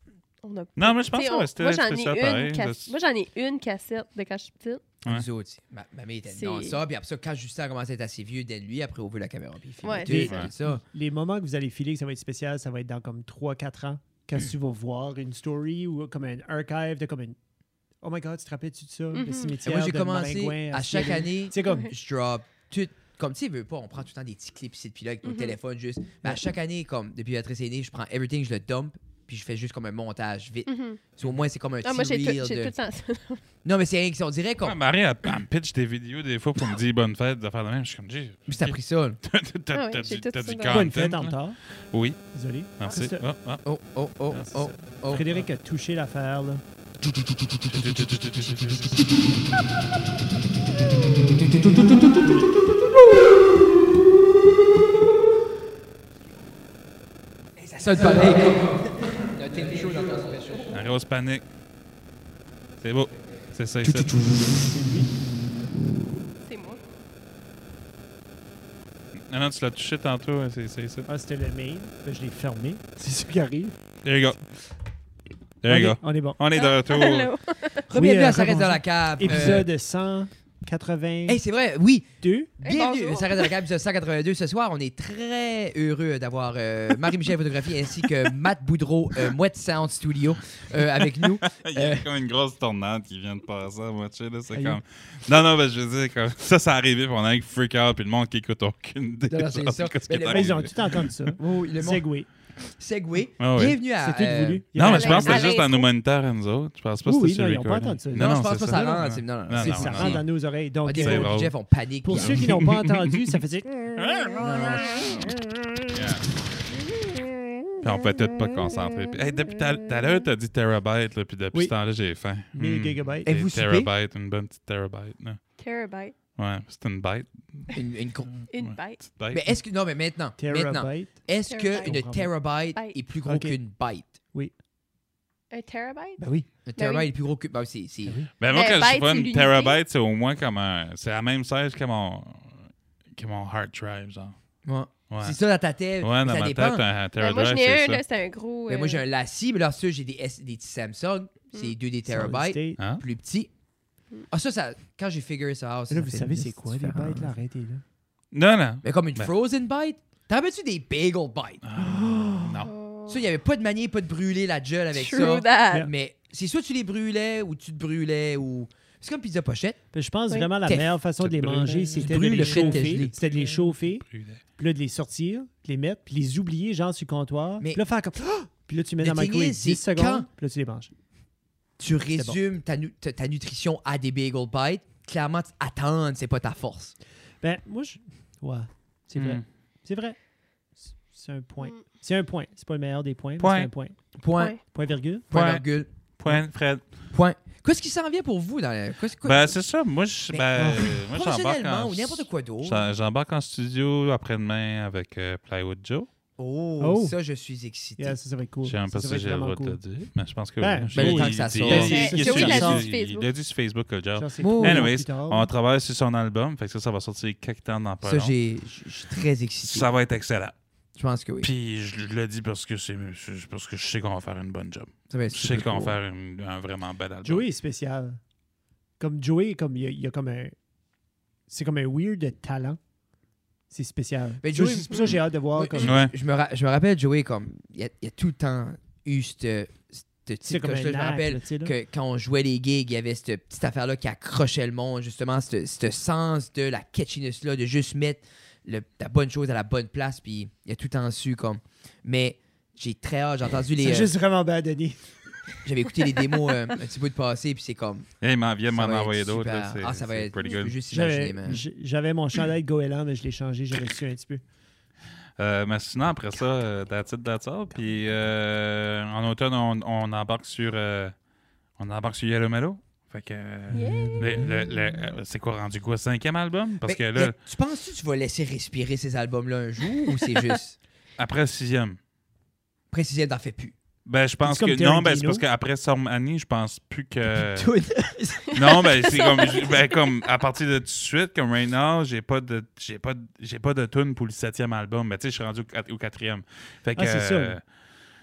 C: on a...
D: Non, mais je pense
C: T'sais,
D: qu'on
C: on-
D: restait
C: moi, j'en ai
D: spécial
C: une
D: pareil.
C: cas-
D: parce-
C: Moi, j'en ai une cassette de quand je suis petite.
D: Ouais.
A: Nous autres, ma, ma mère était
C: C'est-
A: dans ça, puis après ça, quand Justin a commencé à être assez vieux, dès lui, après, on veut la caméra, puis il filmait
C: Ouais,
A: tout,
B: c'est
A: puis
D: ça.
A: tout ça.
B: Les moments que vous allez filer que ça va être spécial, ça va être dans comme 3-4 ans, quand tu vas voir une story ou comme un archive de comme une. Oh my god, tu te rappelles-tu de ça?
C: Mhm.
B: Le
A: Et
B: cimetière.
A: Mm-hmm. moi, j'ai
B: de
A: commencé
B: Maringouin
A: à chaque
B: Sierra.
A: année.
B: C'est comme.
A: je drop tout. Comme tu sais, veux pas, on prend tout le temps des petits clips ici, puis là, avec ton
C: Mhm.
A: téléphone juste. Mais à chaque année, comme depuis Béatrice est née, je prends everything, je le dump, puis je fais juste comme un montage vite.
C: Mhm.
A: So, au moins, c'est comme un
C: Ah, moi, j'ai
A: petit
C: tout,
A: reel
C: j'ai
A: de-
C: tout le temps ça.
A: Non, mais c'est rien que ça. On dirait
D: Ouais,
A: comme.
D: Marie, elle, elle me pitch des vidéos des fois pour me dire bonne fête, des affaires de même. Je suis comme, J'ai-
A: Puis t'as pris ça. là.
D: t'as- t'as-
C: Ah ouais,
D: t'as
C: j'ai
D: du
C: tout
D: t'as
C: ça
D: du
C: dans-
D: content.
B: Bonne fête en
D: là.
B: retard.
D: Oui,
B: Désolé.
D: merci.
B: c'est-
D: Ah, ah.
A: Oh, oh, oh,
B: Ah, c'est
A: oh,
B: ça.
A: oh.
B: Frédéric a touché l'affaire, là.
D: ah.
A: Ça sonne pareil. Il y a quelque chose dans ton special.
D: Un rose panique. C'est beau. C'est ça, ici.
C: C'est moi.
D: Non, non, tu l'as touché tantôt. hein, C'est c'est ça.
B: Ah, c'était le mail. Là, je l'ai fermé. C'est ce qui arrive.
D: There you go. There you
B: On est-
D: go.
B: On est bon.
D: On est de retour.
C: Allô?
A: Bienvenue à Ça reste
B: rebonjour.
A: dans la cave. euh,
B: Épisode 100. 82.
A: Hey, c'est vrai, oui.
C: Hey,
A: Bienvenue.
C: bonjour.
A: Ça reste de la câble épisode 182 ce soir. On est très heureux d'avoir euh, Marie-Michel Photographie ainsi que Matt Boudreau, euh, Mouette Sound Studio, euh, avec nous.
D: Ah, Il y a
A: Euh.
D: comme une grosse tournante qui vient de passer à moitié. Là, c'est
B: Aïe.
D: comme... Non, non, ben, je veux dire, comme... ça, ça arrivé, puis on a un freak out, puis le monde qui écoute aucune idée.
A: Non, non, c'est
D: genre,
A: ça.
D: qu'est-ce
A: Mais
D: qui
A: le-
D: est
B: Ben, ils ont
D: arrivé.
B: tout entendu ça.
A: Oh, le monde-
B: Segway.
A: Segway.
D: Ah ouais.
A: Bienvenue à.
B: C'est tout
A: euh,
B: voulu. Il y a
D: Non,
B: rien
D: mais je pense que
C: À
D: c'est juste dans
C: l'intro.
D: nos moniteurs, à nous autres. Je pense pas que
B: Oui, oui,
D: c'est sur
B: non,
D: le
B: ils ont pas
D: recording.
B: entendu ça.
A: Non, je pense pas que ça rentre. c'est- Non, non,
D: Non,
A: c'est
D: non,
B: Ça
A: c'est-
B: rentre dans nos oreilles. Donc, euh,
A: Ah, des
D: C'est
A: fois,
D: drôle.
A: Jeff, on panique.
B: pour
A: là.
B: ceux qui n'ont pas entendu, ça faisait.
D: Puis on peut être pas concentré. Puis, hey, depuis tout à tout à l'heure, t'as dit terabyte, là, puis depuis
B: Oui.
D: ce temps-là, j'ai faim.
B: 1000
D: Hmm.
B: gigabytes.
D: Des
A: Et vous soupez?
D: terabytes, une bonne petite terabyte. là.
C: Terabyte.
D: Ouais, c'est une bite.
A: Une- une cro-
C: Une
D: Ouais.
C: bite.
D: Petite bite.
A: Mais est-ce que. Non, mais maintenant. maintenant
B: Terabyte.
A: est-ce que
C: Terabyte.
A: une terabyte
C: Byte.
A: est plus gros
B: Ok.
A: qu'une byte?
C: Un terabyte?
B: Ben oui.
A: Une
C: Ben oui.
A: terabyte est plus gros que. bah, c'est- c'est-
B: Ben oui.
D: Ben, moi,
C: Ben,
D: quand je
C: byte,
D: vois
C: c'est
D: une
C: l'unité.
D: terabyte, c'est au moins comme un. C'est la même size que mon. que mon hard drive, genre.
A: Ouais.
D: Ouais.
A: C'est ça dans ta tête.
D: Ouais, dans
A: mais ça
D: ma
A: dépend.
D: tête, hein. un
C: Ben,
D: terabyte,
C: moi, j'en ai
D: c'est
C: un,
D: ça.
C: là, c'est un gros.
A: Mais Ben, moi, j'ai
C: euh,
A: un laci, mais là, ça, j'ai des, S- des petits Samsung. C'est 2
C: Mm.
A: des
B: Solid
A: terabytes.
B: state.
D: Hein?
A: Plus petit. Ah, ça, ça, quand j'ai figuré ça out. ça
B: Là, vous
A: fait
B: savez,
A: une
B: c'est quoi les
A: différence.
B: bytes, là? Arrêtez, là.
D: Non, non.
A: Mais comme une
D: Ben.
A: frozen bite? T'en rappelles-tu des bagel bites?
D: Non.
C: oh.
A: Ça, il n'y avait pas de manier, pas de brûler la gueule avec
C: True
A: ça.
C: that. Mm,
B: Yeah.
A: Mais c'est soit tu les brûlais ou tu te brûlais ou. C'est comme pizza pochette.
B: Puis Ben, Je pense
C: Oui.
B: vraiment la
A: T'es-
B: meilleure façon de les
D: brûles.
B: manger, c'était de
A: brûles
B: les
A: le fait de
B: chauffer.
A: geler.
B: C'était de les chauffer,
D: Brûlé.
B: puis là, de les sortir, de les mettre, puis les oublier, genre, sur le comptoir.
A: Mais-
B: Puis là, faire comme. Ah! Puis là, tu mets
A: Le
B: dans la
A: thing
B: microwave
A: is, c'est
B: 10 secondes,
A: quand-
B: puis là, tu les manges.
A: Tu
B: bon.
A: résumes ta, nu- ta- ta nutrition à des bagel bites. Clairement, t- attendre, c'est pas ta force.
B: Ben, moi, je. Ouais, c'est vrai.
D: Mm.
B: C'est vrai. C'est- C'est un point.
C: Mm.
B: C'est un point. C'est pas le meilleur des points, mais
D: Point.
B: c'est un point.
A: Point.
C: Ouais.
B: Point virgule.
A: Point.
D: Point.
A: virgule,
D: Point, Fred.
A: Point. Qu'est-ce qui s'en vient pour vous dans la. qu'est-ce- quoi-
D: Ben, c'est ça. Moi, je.
A: Mais-
D: Ben, moi, j'embarque
A: Professionnellement
D: en.
A: ou n'importe quoi d'autre.
D: j'en- J'embarque en studio après-demain avec euh, Plywood Joe.
A: Oh,
B: Oh.
A: ça, je suis excité.
B: Yeah, ça, ça va être cool.
D: Je sais même pas
B: Oh, ça
D: si
B: va
D: j'ai
B: être
D: le droit
B: vraiment
D: de te
B: cool.
D: dire. Mais je pense que.
B: Ben,
D: oui.
A: Ben,
D: Il-
A: tant que ça
D: il-
A: sort.
D: il- il-
B: C'est-
D: il-
B: c'est
D: il-
B: oui, la
D: il-
C: sortie Facebook.
D: Il a dit sur Facebook, le Joe.
B: Genre, c'est
A: Bon.
B: trois mois
D: Anyways,
B: plus tard.
D: On travaille sur son album, fait que ça, ça va sortir quelques temps dans pas
A: Ça,
D: long.
A: j'ai- je je suis très excité.
D: Ça va être excellent.
A: Je pense que oui.
D: Puis je le dis parce que c'est c'est- parce que je sais qu'on va faire une bonne job.
A: Ça va être
D: Je sais
A: super
D: qu'on va
A: cool.
D: faire une- un vraiment bel album.
B: Joey est spécial. Comme Joey, comme il y a- il y, a comme un. C'est comme un weird de talent. C'est spécial.
A: Mais
B: Ça,
A: Joey-
B: c'est pour ça que j'ai hâte de voir.
A: Oui,
B: comme,
A: je,
D: Ouais.
A: je me ra- je me rappelle, Joey, comme il y a, il y a tout le temps eu ce
B: c'est
A: type
B: comme
A: comme
B: un
A: je me
B: knack,
A: rappelle
B: là, tu sais, là.
A: que quand on jouait les gigs, il y avait cette petite affaire-là qui accrochait le monde, justement, ce ce sens de la catchiness-là, de juste mettre le- la bonne chose à la bonne place, puis il y a tout le temps su, comme. Mais j'ai très hâte, j'ai entendu les.
B: C'est
A: euh,
B: juste vraiment bien donné.
A: J'avais écouté les démos euh, un petit bout de passé, puis c'est comme.
D: Eh, il m'en vient de
A: ça
D: m'en
A: va être
D: envoyer d'autres.
A: super.
D: là, c'est-
A: Ah, ça va
D: c'est
A: être.
D: pretty
A: Je peux
D: good.
A: juste imaginer,
B: J'avais
A: man.
B: j'- j'avais mon chandail de Goéland, mais je l'ai changé. J'ai reçu un petit peu.
D: Euh, mais sinon, après ça, euh, that's it, that's all. Puis euh, en automne, on, on embarque sur euh, on embarque sur Yellow Mellow. Fait que euh, le- le- le- euh, c'est quoi rendu quoi cinquième album Parce
A: Mais
D: que là,
A: Ben, y a- tu penses que tu vas laisser respirer ces albums-là un jour ou c'est juste
D: après le sixième.
A: préciser t'en fais plus?
D: Ben, je pense
B: comme
D: que.
B: Terry
D: Non, ben, c'est
B: Dino.
D: parce qu'après Storm Annie, je pense plus
B: Euh.
D: que.
A: Tout.
D: Non, ben c'est comme, ben, comme à partir de tout de suite, comme right now, j'ai pas de j'ai pas de- j'ai pas de tune pour le septième album. Mais tu sais, je suis rendu au quat- au quatrième. Fait que
B: Ah, c'est ça,
D: euh,
B: là.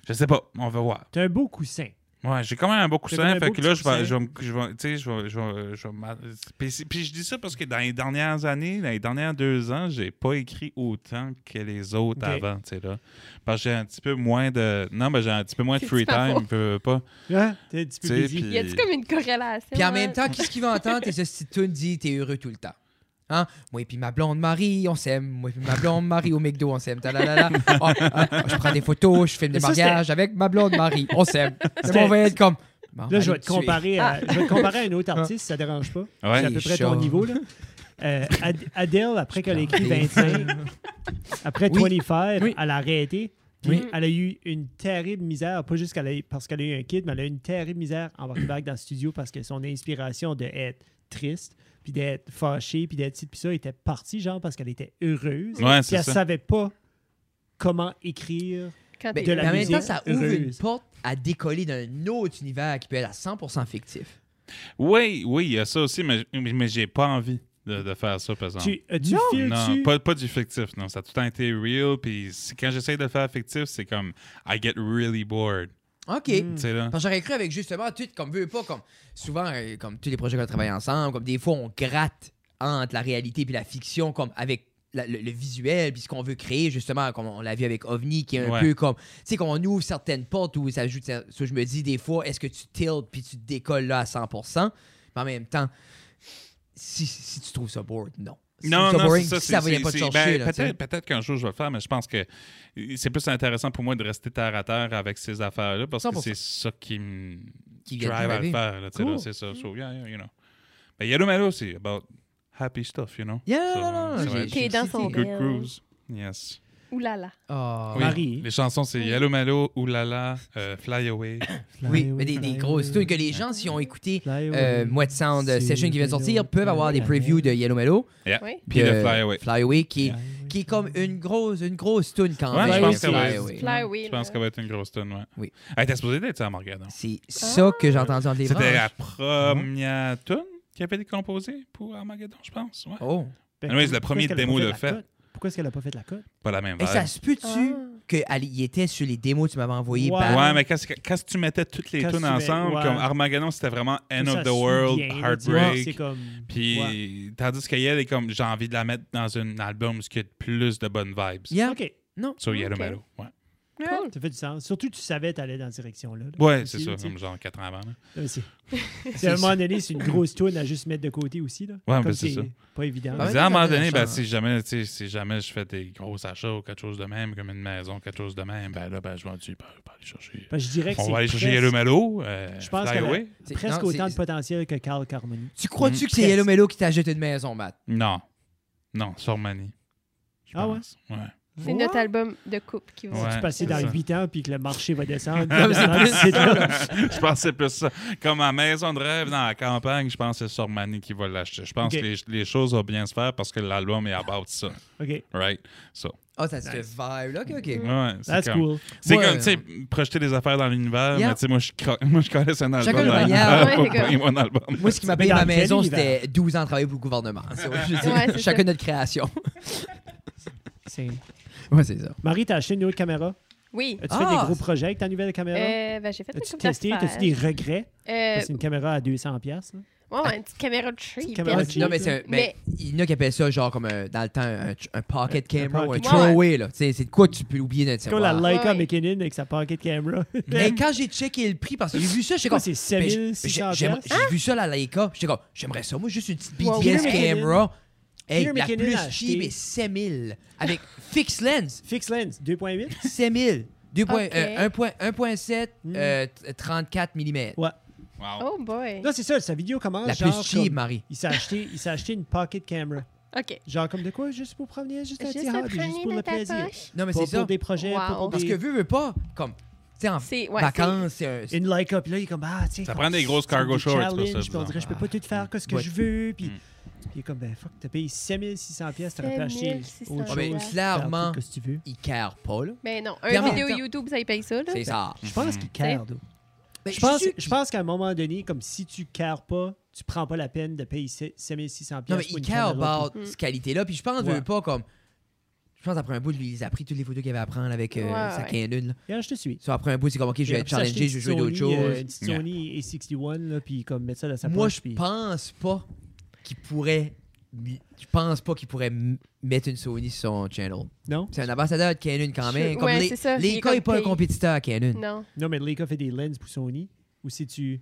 D: je sais pas, on va voir.
B: T'as un beau coussin.
D: Ouais, j'ai quand même un beau
B: T'as quand
D: coussin.
B: même un
D: Fait
B: beau
D: que là,
B: petit
D: je vais,
B: coussin.
D: je vais, me- je vais- tu sais, je vais, je vais- je vais m'a- puis, c'est- puis je dis ça parce que dans les dernières années, dans les dernières deux ans, j'ai pas écrit autant que les autres
B: Ok.
D: avant, tu sais là. Parce que j'ai un petit peu moins de, non, ben j'ai un petit peu moins de
C: C'est
D: free
C: pas
D: time, peu, peu, pas.
B: Hein? T'es un petit
D: Tu
B: peu
D: sais,
B: busy.
D: puis-
C: Y a-tu comme une corrélation?
A: Puis en
C: hein?
A: même temps, qu'est-ce qu'il va entendre? T'es ce petit tune dit t'es heureux tout le temps. Hein? Moi et puis ma blonde Marie, on s'aime. Moi et puis ma blonde Marie au McDo, on s'aime. Talalala. Oh, hein, je prends des photos, je filme des
B: Mais ça,
A: mariages avec ma blonde Marie, on s'aime. C'est
B: C'était-
A: bon, on va être comme. Bon,
B: Là, je
A: allez
B: vais, te
A: tuer.
B: comparer à, je vais te comparer à un autre artiste, si ça dérange pas. C'est à
D: Ouais.
B: peu
A: Les
B: près
A: chats.
B: ton niveau. Là. Euh, Ad- Adele, après qu'elle a écrit
A: Des-
B: 25, après
A: Oui.
B: 25,
A: Oui.
B: elle a arrêté. Puis
A: Oui.
B: elle a eu une terrible misère, pas juste qu'elle a eu- parce qu'elle a eu un kid, mais elle a eu une terrible misère en back dans le studio parce que son inspiration d'être triste, puis d'être fâchée, puis d'être ci, puis ça, était partie, genre, parce qu'elle était heureuse.
D: Ouais,
B: puis
D: c'est
B: elle
D: ça.
B: savait pas comment écrire.
C: Quand
A: Mais
C: t'es-
B: de la
A: mais en même
B: musique
A: temps, ça ouvre une
B: heureuse.
A: porte à décoller d'un autre univers qui peut être à 100% fictif.
D: Oui, oui, il y a ça aussi, mais, mais j'ai pas envie de, de faire ça, par exemple.
B: Tu, euh, tu files
D: Non,
B: dessus.
D: pas, pas du fictif, non. Ça a tout le temps été real. Puis c'est- quand j'essaie de le faire fictif, c'est comme I get really bored.
A: OK.
B: Mm.
D: Tu sais, là.
A: Parce que j'aurais cru avec justement, tout, comme veut pas, comme souvent, euh, comme tous les projets qu'on travaille ensemble, comme des fois, on gratte entre la réalité puis la fiction, comme avec la- le, le visuel, puis ce qu'on veut créer, justement, comme on l'a vu avec OVNI, qui est un
D: Ouais.
A: peu comme, tu sais, quand on ouvre certaines portes où ça ajoute, ça, je me dis des fois, est-ce que tu tiltes puis tu décolles là à 100%, mais en même temps, si, si tu trouves ça bored, non. Si tu
D: Non,
A: trouves
D: non, c'est
A: boring,
D: ça.
A: si
D: c'est-
A: ça vient
D: c'est-
A: pas te
D: c'est-
A: chercher,
D: ben,
A: là, tu sais.
D: peut-être, peut-être qu'un jour je vais le faire, mais je pense que c'est plus intéressant pour moi de rester terre à terre avec ces affaires-là parce que
A: 100%.
D: c'est ça qui me
A: Qui vient de
D: drive à le
A: driver.
D: faire. là, tu sais, là,
B: Cool.
D: C'est ça.
A: Mm.
D: So, yeah, yeah, you know. Ben, But Yellow Mellow, c'est about happy stuff, you know.
A: Yeah,
D: So,
A: non, non,
D: ça
A: non,
D: va
A: j'ai-
D: être
A: j'ai-
C: Tes dents sont
D: Good
C: belles.
D: Cruise. Yes.
C: Ouh là là.
A: Ah,
D: Oui.
B: Marie.
D: Les chansons, c'est Yellow Mellow, Oulala, euh, Fly Away.
A: Oui, mais des, des grosses tunes que les gens, s'ils ont écouté
B: Fly
A: euh,
B: away.
A: Mois de Sound
B: C'est
A: Session qui vient de sortir,
B: Yellow
A: peuvent avoir des
B: Mellow.
A: previews de Yellow Mellow.
D: Yeah.
C: Oui.
D: Puis le
A: Euh,
D: Fly Away.
A: Fly Away, qui est,
B: Fly
A: qui est comme une grosse, une grosse tune quand
D: Ouais,
A: même.
D: je pense que
A: Fly
D: oui.
A: Away.
C: Fly away.
D: Je pense
C: là.
D: qu'elle va être une grosse tune, ouais.
A: Oui.
D: Elle était supposée d'être ça, Morgane.
A: C'est ça que j'ai entendu en début.
D: C'était la
B: Mhm.
D: première tune qui avait été composée pour Armageddon, je pense. Ouais.
A: Oh.
B: Ben,
D: Anyways, le
B: pourquoi
D: premier
B: est-ce qu'elle a
D: démo
B: pas
D: de
B: la
D: fait.
B: cote? Pourquoi est-ce qu'elle a pas fait la cote?
D: Pas la même
A: Et ça
D: vibe.
A: se
C: Ah.
A: peut-tu qu'il était sur les démos que tu m'avais envoyées
B: Ouais.
A: par-
D: Ouais, mais quand, quand tu mettais toutes les
B: Quand
D: tunes
B: tu mets-
D: ensemble,
B: ouais.
D: comme Armageddon, c'était vraiment End
B: Ça
D: of the
B: suit
D: World,
B: bien, là, tu vois, C'est
D: Heartbreak.
B: comme. Ouais.
D: Puis, tandis que Yel est comme, j'ai envie de la mettre dans un album où il y a plus de bonnes vibes.
A: Yeah.
B: Ok. Bah,
D: Sur Yellow
C: Ok.
D: Mellow. Ouais,
C: Cool.
B: Ça fait du sens. Surtout, tu savais que tu allais dans cette direction-là. là.
D: ouais c'est
B: Aussi,
D: ça,
B: tu sais.
D: comme genre 4 ans avant. là.
B: Non, mais C'est c'est à un moment donné, c'est une grosse toune à juste mettre de côté aussi. Là.
D: Ouais,
B: Comme
D: ben, c'est ça.
B: Pas évident.
A: Ah Ouais.
D: Disais, à un moment
A: t'as
D: donné,
A: la
D: ben,
A: chance.
D: si, jamais, tu sais, si jamais je fais des gros achats ou quelque chose de même, comme une maison, quelque chose de même, ben là, ben, je m'en dis, ben, on va aller chercher.
B: Parce que je dirais que
D: On
B: c'est
D: va aller chercher
B: presque-
D: Yellow Mellow, euh,
B: Je pense
D: Fly
B: qu'elle a-
D: Away.
A: C'est-
B: Presque
A: non,
B: autant de
A: c'est-
B: potentiel que Carl Carmoni.
A: Tu crois-tu
D: Mm.
A: que c'est Yellow Mellow qui t'a jeté une maison, Matt?
D: Non. Non, sûrement ni. Je
B: Ah ouais?
D: pense. ouais?
C: C'est notre album de coupe qui va.
D: Ouais.
B: Tu passes
D: c'est
B: dans
D: ça.
B: les
D: Ah,
B: 8 ans puis que le marché va descendre.
A: Comme c'est plus-
B: C'est là.
D: je pense que c'est plus ça. Comme en maison de rêve dans la campagne, je pense que c'est Sormani qui va l'acheter. Je pense
B: Ok.
D: que les, les choses vont bien se faire parce que l'album est about ça.
B: OK.
D: Right? So,
A: Ah, ça se vibe, là. OK,
B: Mm.
A: OK.
D: ouais, c'est
B: That's
D: comme,
B: cool.
D: c'est
A: Ouais.
D: comme, tu sais, projeter des affaires dans l'univers,
A: Yeah.
D: mais tu sais, moi, je cro- moi, je connais un album.
A: Chacun
D: dans
A: le
D: l'univers,
C: manière.
D: faut
C: Ouais,
D: que je paye mon album.
A: Moi, ce qui m'a
B: Mais
A: payé
B: dans
A: ma
B: quel
A: maison,
B: univers?
A: c'était 12 ans de travail pour le gouvernement. C'est vrai, je veux dire,
C: Ouais, c'est ça.
A: Chacun notre création.
B: C'est-
A: Ouais, c'est ça.
B: Marie, t'as acheté une nouvelle caméra.
C: Oui.
B: As-tu
A: Ah!
B: fait des gros projets avec ta nouvelle caméra?
C: Euh, ben, j'ai fait une
B: As-tu
C: coupe
B: testé? As-tu des
C: d'affaires.
B: regrets?
C: Euh,
B: Parce que C'est une caméra à 200$. piastres, là.
C: ouais, ouais, une petite caméra de cheap.
B: Petite caméra
A: Ouais,
B: cheap,
A: non, mais c'est un-
C: Mais-
A: ben, il y en a qui appellent ça genre comme un- dans le temps un, un pocket
B: Un- un
A: camera ou un
B: pocket.
A: throwaway. là. Tu sais, C'est de quoi tu peux oublier d'un
B: C'est comme la
A: tiroir.
B: Leica
C: Ouais.
B: McKinnon avec sa pocket camera.
A: Mais quand j'ai checké le prix, parce que j'ai vu ça, j'étais
B: Quoi,
A: comme.
B: c'est
A: ben, j'ai-
B: 7600$?
A: j'ai- J'ai j'ai vu ça la Leica, j'étais comme, j'aimerais ça, moi, juste une petite
C: Wow.
A: BTS
B: Peter McKinnon.
A: camera. Hey,
B: Peter
A: la
B: McKinnon
A: plus
B: a acheté-
A: cheap est 7000 avec fixed lens,
B: Fix lens, 2.8.
A: 7000. deux point-
C: Ok.
A: euh, un point- 1.7
B: Mm.
A: euh, t- 34 mm.
B: Ouais.
D: Wow.
C: Oh boy.
B: Non, c'est ça, sa vidéo commence
A: La
B: genre
A: plus cheap,
B: comme-
A: Marie.
B: Il s'est acheté, il s'est acheté une pocket camera.
C: OK.
B: Genre comme de quoi, juste pour promener, juste un
C: Juste
B: petit
C: le
B: hobby, juste
C: premier
B: pour
C: dans
B: le
C: ta
B: plaisir.
C: poche.
A: Non, mais
B: Pas
A: c'est
B: pour
A: ça.
B: des projets, pas
C: Wow.
B: pour
A: Parce
B: des...
A: que, veux, veux pas, comme, tu sais, en
C: C'est- ouais,
A: vacances, c'est un.
B: Une like up, là, il est comme, ah, tu sais...
D: Ça
B: comme,
D: prend des grosses
B: c'est
D: cargo
B: des
D: shorts, c'est pour ça,
B: challenges, puis on
D: disons.
B: dirait, je peux pas tout faire, que ce que
A: Ouais.
B: je veux, puis... puis
D: Mm.
B: il est comme, ben fuck, t'as payé 7600$, piastres, t'aurais pu acheter
C: 7600
D: Ah,
B: autre chose.
A: Ouais, mais
B: faire
A: clairement-
B: tout ce que tu veux.
A: Il care pas, là.
C: Mais non,
A: Puis en
C: un
A: même
C: vidéo
A: temps-
C: YouTube, ça y paye ça, là.
A: C'est ça.
B: ben,
D: Mm.
A: Ben,
B: Je pense qu'il care, d'où. Je pense, je pense qu'à un moment donné, comme si tu cares pas, tu prends pas la peine de payer 7600$.
A: Non, mais
B: pour
A: il
B: une
A: care
B: caméra, puis-
A: about
C: Mm.
A: cette qualité-là. Puis je pense,
B: Ouais.
A: veut pas comme. Je pense après un bout, lui, il a pris toutes les photos qu'il avait à prendre avec euh,
C: Ouais,
A: sa
C: ouais.
A: Canon. Là.
B: Yeah, je te suis.
A: So, après un bout, c'est comme, OK, je vais être
B: Puis après,
A: challengé, je vais jouer d'autres
B: s'acheter une petite
A: choses.
B: Sony, euh, une petite Sony A61, là, puis comme mettre ça dans sa
A: Moi,
B: poche,
A: je
B: puis-
A: pense pas qu'il pourrait. Je pense pas qu'il pourrait m- mettre une Sony sur son channel.
B: Non?
A: C'est un ambassadeur de Canon quand même.
C: Je-
A: Comme
C: ouais,
A: les,
C: c'est ça, il est
A: Leica
C: comme
A: est pas un
C: payé.
A: compétiteur à Canon.
C: Non.
B: Non, mais Leica fait des lenses pour Sony. Ou si tu...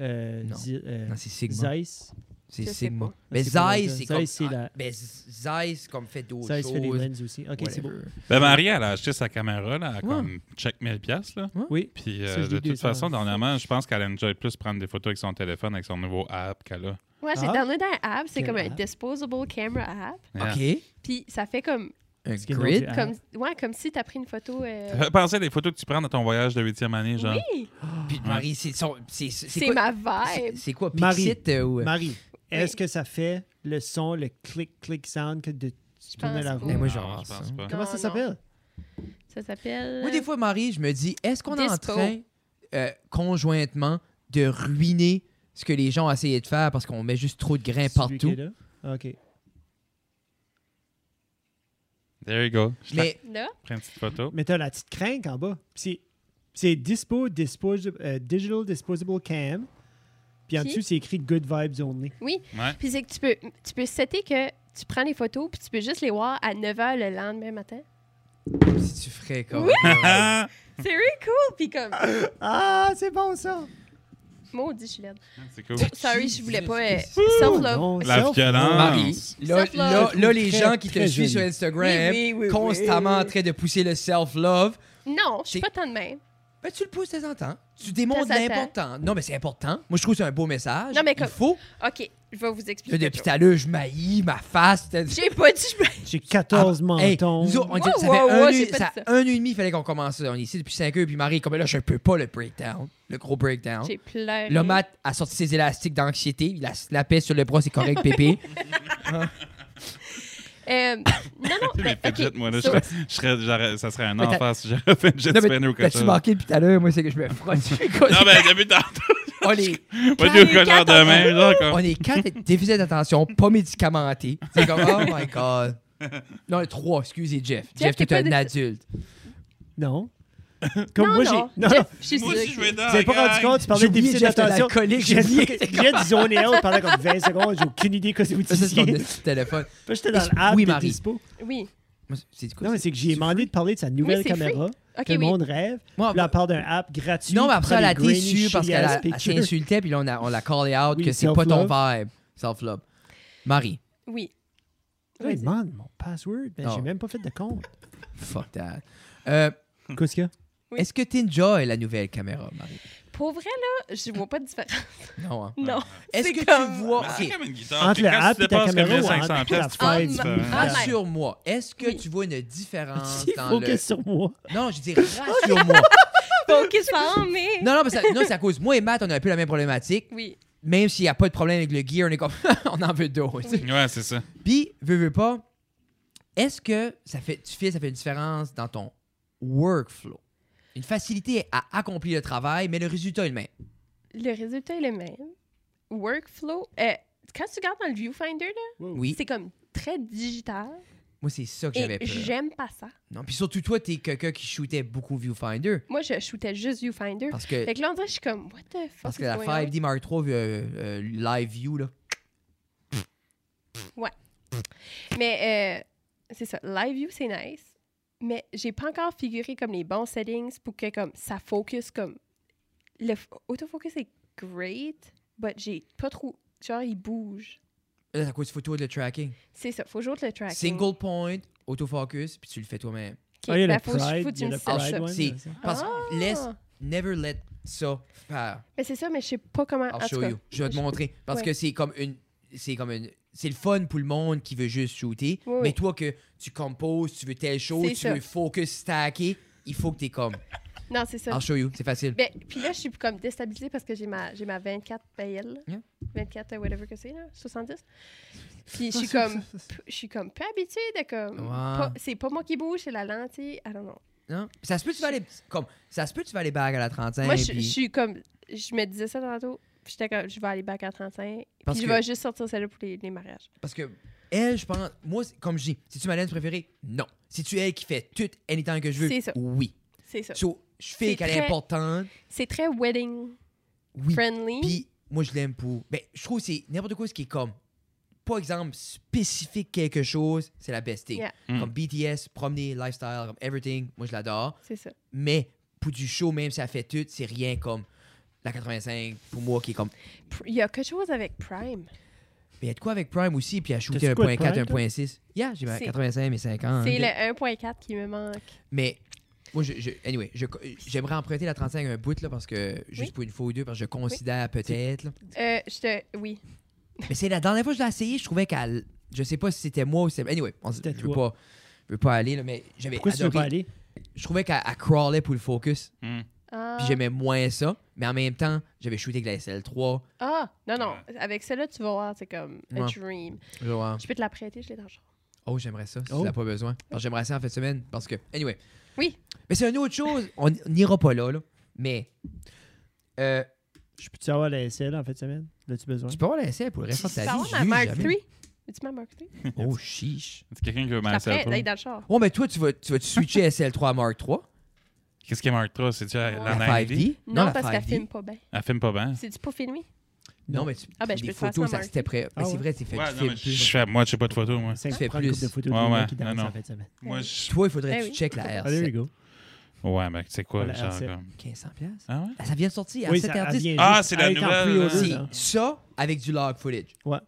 B: Euh,
A: Non.
B: Zi- euh,
A: Non, c'est Sigma.
B: Zeiss.
A: C'est
C: Je sais
A: Sigma.
C: pas.
A: Mais
B: C'est pas
A: Zeiss,
B: Leica.
A: c'est comme.
B: Zeiss, c'est la-
A: ah, Mais Zeiss, comme, fait d'autres
B: Zeiss fait des
A: choses.
B: lenses aussi. OK, c'est beau.
A: whatever.
D: Ben, Marie, elle a acheté sa caméra, là, à comme check 1000$, là.
B: Oui.
D: Puis,
B: Ça, je
D: euh, de
B: l'ai
D: toute
B: déjà
D: façon,
B: fait.
D: dernièrement, je pense qu'elle enjoy plus prendre des photos avec son téléphone, avec son nouveau app qu'elle a.
C: Ouais, j'ai
B: Ah.
C: downloadé un app, c'est
B: Quelle
C: comme un
B: app?
C: disposable camera app.
D: Yeah.
A: OK.
C: Puis ça fait comme,
A: Un
B: Ce qui est
A: grid.
B: Ah.
C: comme, ouais, comme si t'as pris une photo. euh,
D: Ça fait penser à des photos que tu prends dans ton voyage de 8e année, genre.
C: Oui,
A: Puis Marie, c'est son. c'est- c'est-
C: c'est
A: quoi-
C: ma
A: C'est
C: vibe.
A: c'est quoi,
B: Ah. Marie.
A: Pixit euh, ou...
B: Marie, est-ce que ça fait le son, le clic-clic sound que de tu tournais
C: pense
B: la
C: pas.
B: roue?
A: Mais moi,
D: Non,
A: j'en
D: je pense
A: ça.
D: pas.
B: Comment
C: Non,
B: ça
C: non.
B: s'appelle?
C: Ça s'appelle.
A: Moi, des fois, Marie, je me dis, est-ce qu'on est en
C: Dispo.
A: train, euh, conjointement, de ruiner ce que les gens ont essayé de faire parce qu'on met juste trop de grains
B: Celui qui
A: partout?
B: est là? OK.
D: There you go. Je
A: Mais
C: Là,
D: prends une petite photo.
B: Mais t'as la petite crinque en bas. Puis c'est- C'est Dispo Dispos- euh, Digital Disposable Cam. Puis en
C: Puis-
B: dessous, c'est écrit Good Vibes Only.
C: Oui.
D: Ouais.
C: Puis c'est que tu peux, tu peux setter que tu prends les photos, puis tu peux juste les voir à 9 h le lendemain matin.
A: Si tu ferais comme.
C: Oui!
A: Ouais.
D: Ah!
C: C'est really cool! Puis comme,
B: Ah, c'est bon ça!
C: maudit, je suis laide.
D: C'est cool.
C: Sorry, je voulais pas. euh,
A: Jesus.
C: Self-love.
D: La violence.
A: Marie, là,
C: Self-love.
A: là, là, les
B: Très,
A: gens qui te
B: très
A: suivent
B: joli.
A: sur Instagram,
C: Oui, oui, oui,
A: constamment
C: oui.
A: en train de pousser le self-love,
C: Non, je
A: C'est-
C: suis pas tant de même.
A: ben, tu le pousses de temps en temps. Tu démontres
C: Ça s'attend.
A: l'important. Non, mais c'est important. Moi, je trouve que c'est un beau message.
C: Non, mais comme-
A: Il faut.
C: OK, je vais vous
A: Là,
C: expliquer. quelque
A: depuis
C: chose.
A: tout à l'heure, je maillis ma face. t'as-
C: J'ai pas dit, je
B: J'ai 14
A: Ah, Hey,
B: mentons.
A: nous autres, on dit,
C: Wow,
A: ça
C: wow,
A: fait
C: wow,
A: un,
C: j'ai
A: an-
C: pas
A: ça-
C: dit
A: un an et demi, il fallait qu'on commence ça. On est ici depuis 5 heures, puis Marie, comme là, je peux pas le breakdown, le gros breakdown.
C: J'ai pleuré.
A: Le mat a sorti ses élastiques d'anxiété. Il a slappé sur le bras, c'est correct, pépé.
C: Euh, non, non,
D: Mais
C: mais,
D: fidget,
C: ok,
D: moi, là, je
C: so-
D: serais- je serais- j'aurais- ça serait un
A: Mais t'as-
D: enfer si j'aurais fait jet
A: Non, mais
D: spinner ou quelque
A: T'as-tu
D: chose.
A: manqué depuis tout à l'heure? Moi, c'est que je me frotte. Je fais quoi?
D: Non, mais depuis tantôt,
A: On est,
D: moi, j'ai eu le
C: Quatre,
D: genre de
C: quatre,
D: main, genre comme-
A: on est quatre avec déficit d'attention, pas médicamenté. C'est comme, oh my god. Non, trois, excusez, Jeff. Jeff,
C: Jeff, t'es
A: t'es un
C: pas des-
A: adulte.
B: Non. Comme moi, j'ai.
C: non,
B: Non,
C: Jeff,
B: non.
C: je suis
D: Moi
C: sûre
D: aussi,
C: que-
D: je vais dans
B: Vous
D: la
B: avez pas rendu
D: gang.
B: compte, tu parlais
A: J'ai
B: de
A: oublié,
B: déficit
A: Jeff, t'es
B: d'attention.
A: alcoolique,
B: J'ai
A: j'ai oublié.
B: j'ai dit zoné out pendant comme 20 secondes, j'ai aucune idée que c'est vous
A: Ça, c'est ton
B: disiez.
A: petit téléphone.
B: Puis J'étais dans
A: Oui,
B: l'app oui,
A: Marie.
B: Dispo.
C: Oui.
A: Moi, C'est quoi?
B: Non, mais c'est que j'ai demandé de parler de sa nouvelle
C: Oui, c'est
B: caméra.
C: OK,
B: Tout le
C: oui.
B: monde rêve.
A: Moi,
B: Puis là, elle parle d'un app gratuit.
A: Non, mais
B: qui
A: après,
B: prend
A: elle a
B: des grainy,
A: déçu parce
B: shitty
A: qu'elle
B: ass
A: a- elle
B: pictures.
A: s'insultait, puis là, on a, on l'a callé out
B: Oui,
A: que c'est pas ton
B: self-love.
A: vibe. Self-love. Marie,
C: Oui.
B: Ouais, Elle demande mon password. Ben,
A: Non.
B: j'ai même pas fait de compte.
A: fuck that. Euh,
B: Qu'est-ce qu'il y a?
C: Oui.
A: Est-ce que t'enjoy la nouvelle caméra, Marie?
C: Pour vrai, là, je vois pas de différence.
A: Non, hein?
C: Non.
A: Est-ce
C: C'est
A: que
C: comme-
A: tu vois...
D: Ah,
A: OK,
D: C'est comme une guitare.
B: Entre
D: Puis
B: le
D: quand tu
B: app et ta
D: dépasses comme
B: caméra,
D: les
B: ou
D: 500
B: entre la
D: piastres, tu fais
C: fête,
D: une
C: tu
D: différence.
A: hein.
C: fais- Ah,
A: Rassure-moi, est-ce que
C: Oui.
A: tu vois une différence
B: Il
A: dans
B: faut
A: le...
B: que sur moi.
A: Non, je dis rassure-moi.
C: Faut qu'il se forme, mais.
A: non, non, mais ça- non, c'est à cause... Moi et Matt, on a un peu la même problématique.
C: Oui.
A: Même s'il n'y a pas de problème avec le gear, on est comme... on en veut d'autres. tu sais.
D: Ouais, c'est ça.
A: Puis, veux, veux pas, est-ce que ça fait, tu fais, ça fait une différence dans ton workflow? Une facilité à accomplir le travail, mais le résultat est le même.
C: Le résultat est le même. Workflow. euh, quand tu regardes dans le viewfinder, là,
A: Oui,
C: c'est comme très digital.
A: moi, c'est ça que j'avais
C: Et
A: peur.
C: j'aime pas ça.
A: Non, puis surtout, toi, t'es quelqu'un qui shootait beaucoup Viewfinder.
C: Moi, je shootais juste viewfinder.
A: Parce que,
C: Fait que là, on dirait, je suis comme, what the fuck?
A: parce que
C: is
A: la
C: going on?
A: 5D Mark III, euh, euh, Live View, là.
C: Mais euh, c'est ça, live view c'est nice, mais j'ai pas encore figuré comme les bons settings pour que comme ça focus comme le f- autofocus est great, but j'ai pas trop genre il bouge.
A: Là, c'est à cause du photo de le tracking.
C: C'est ça, faut jouer le tracking.
A: Single point, autofocus, puis tu le fais toi-même.
C: Ok,
B: Ah, il y a
C: ben,
B: le
C: faut, que je-
B: Pride,
C: faut que
B: il y
C: tu
B: a
C: me
B: le
C: fasses
B: Pride
C: ça.
B: one.
A: C'est-
B: là, ça.
A: Parce
C: Ah!
A: que laisse, never let ça faire.
C: Mais c'est ça, mais je sais pas comment. en
A: I'll
C: tout
A: show
C: cas.
A: you. Je vais te montrer. Parce
C: Ouais.
A: que c'est comme une. C'est comme une. C'est le fun pour le monde qui veut juste shooter.
C: Oui,
A: Mais
C: oui.
A: toi, que tu composes, tu veux telle chose,
C: C'est
A: tu
C: ça.
A: veux focus, stacker, il faut que tu es comme.
C: Non, c'est ça.
A: I'll show you. C'est facile.
C: Ben, puis là, je suis comme déstabilisée parce que j'ai ma, j'ai ma 24 PL.
A: Yeah.
C: 24, euh, whatever que c'est, là, 70. Puis je suis comme, p- je suis comme peu habituée de comme.
A: Ouais.
C: pas- c'est pas moi qui bouge, c'est la lentille. I don't know.
A: Non? Ça se peut, tu vas aller. Comme. Ça se peut, tu vas aller back à la trentaine.
C: Moi, je, je
A: Ben puis-
C: suis comme. Je me disais ça tantôt. puis J'étais comme, je vais aller back à 35.
A: Parce
C: puis je
A: que-
C: vais juste sortir celle-là pour les, les mariages.
A: Parce que elle, je pense. Moi, c'est- comme je dis, si tu ma laine préférée, non. Si tu elle qui fait tout anytime que je veux,
C: C'est ça.
A: oui.
C: C'est ça.
A: So, je fais
C: C'est
A: qu'elle est
C: très-
A: importante.
C: C'est très wedding
A: Oui.
C: friendly.
A: Puis moi, je l'aime pour. Ben, je trouve que c'est n'importe quoi ce qui est comme. Pas exemple spécifique quelque chose, c'est la best thing.
C: Yeah.
B: Mmh.
D: Mm.
A: Comme BTS, promener, lifestyle, comme everything, moi je l'adore.
C: c'est ça.
A: Mais pour du show, même si ça fait tout, c'est rien comme la 85 pour moi qui est comme.
C: Pr- Il y a quelque chose avec Prime.
A: Mais il y a de quoi avec Prime aussi, puis à shooter
B: T'as-tu quoi de
A: 1.4,
B: Prime, toi?
A: 1.6. Yeah, j'ai ma
C: C'est-
A: 85 et 50.
C: c'est le 1.4 qui me manque.
A: Mais moi, je, je- anyway, je- j'aimerais emprunter la 35 un bout, là, parce que juste
C: Oui.
A: pour une fois ou deux, parce que je considère peut-être. là.
C: Euh, je te. Oui.
A: Mais c'est la dernière fois que je l'ai essayé, je trouvais qu'elle. Je sais pas si c'était moi ou c'était. Anyway, on, je
B: C'était
A: veux
B: toi.
A: pas, je veux pas aller, là, mais j'avais
B: Pourquoi tu veux
A: adoré.
B: pas aller?
A: Je trouvais qu'elle elle crawlait pour le focus,
D: Mm.
C: Ah.
A: puis j'aimais moins ça, mais en même temps, j'avais shooté avec la SL3.
C: Ah, non, non. Avec celle-là, tu vas voir, c'est comme a
A: Ouais.
C: dream.
A: Genre,
C: Je peux te la prêter, je l'ai dans le char.
A: oh, j'aimerais ça, si
B: Ah. Oh.
A: tu n'as pas besoin. Parce que j'aimerais ça en fin de semaine, parce que. Anyway.
C: Oui.
A: Mais c'est une autre chose, on on n'ira pas là, là. Mais. euh,
B: Je peux-tu avoir la SL en fin de semaine? L'as-tu besoin?
A: tu peux avoir la SL pour le reste de ta
C: Tu vas
A: vie.
C: avoir
A: je
C: ma
A: juge
C: Mark
A: jamais.
C: III? As-tu ma Mark III? Je
A: Oh, chiche.
D: C'est quelqu'un qui veut
C: la
D: ma
C: prête,
D: pour
C: elle est dans le char.
A: Ouais, mais toi, tu vas, tu vas -tu switcher SL3 à Mark 3?
D: Qu'est-ce qui est Mark 3 C'est-tu la,
A: La
D: la 9D?
A: 5D?
C: Non,
A: la
C: parce
A: 5D.
C: qu'elle filme pas bien.
D: Elle filme pas bien.
C: C'est-tu pas filmé?
A: Non, mais tu,
C: Ah, ben, je
A: les
C: peux te faire
A: photos,
C: ça,
A: ça,
C: Mark.
A: c'était prêt.
B: Ah
A: mais c'est
B: ouais?
A: vrai, c'est fait.
D: Ouais,
A: tu
D: non,
A: filmes
D: mais je
A: plus.
D: je fais, moi, je sais pas de photos, moi.
B: Ça,
A: Tu fais
B: prends une couple
A: plus.
B: de photos de
D: Ouais,
B: gens
D: ouais,
B: qui
D: non,
B: dansent
D: non.
B: en fin de semaine.
D: Moi, je...
A: Toi, il faudrait
C: Ah
A: que
C: oui.
A: tu checkes la
B: Ah, there you
A: R7.
B: go.
D: Ouais, mais tu sais quoi,
B: Voilà,
D: genre
B: c'est-
D: comme...
A: 1500$. piastres.
D: Ah ouais?
A: Ah, Ça vient de sortir,
B: Oui,
A: R7
B: ça, elle
A: R10.
B: vient
D: Ah,
B: juste-
D: c'est la
B: elle est en
D: nouvelle,
B: pre-order,
D: euh,
A: C'est
B: là.
A: ça avec du log footage.
B: Ouais.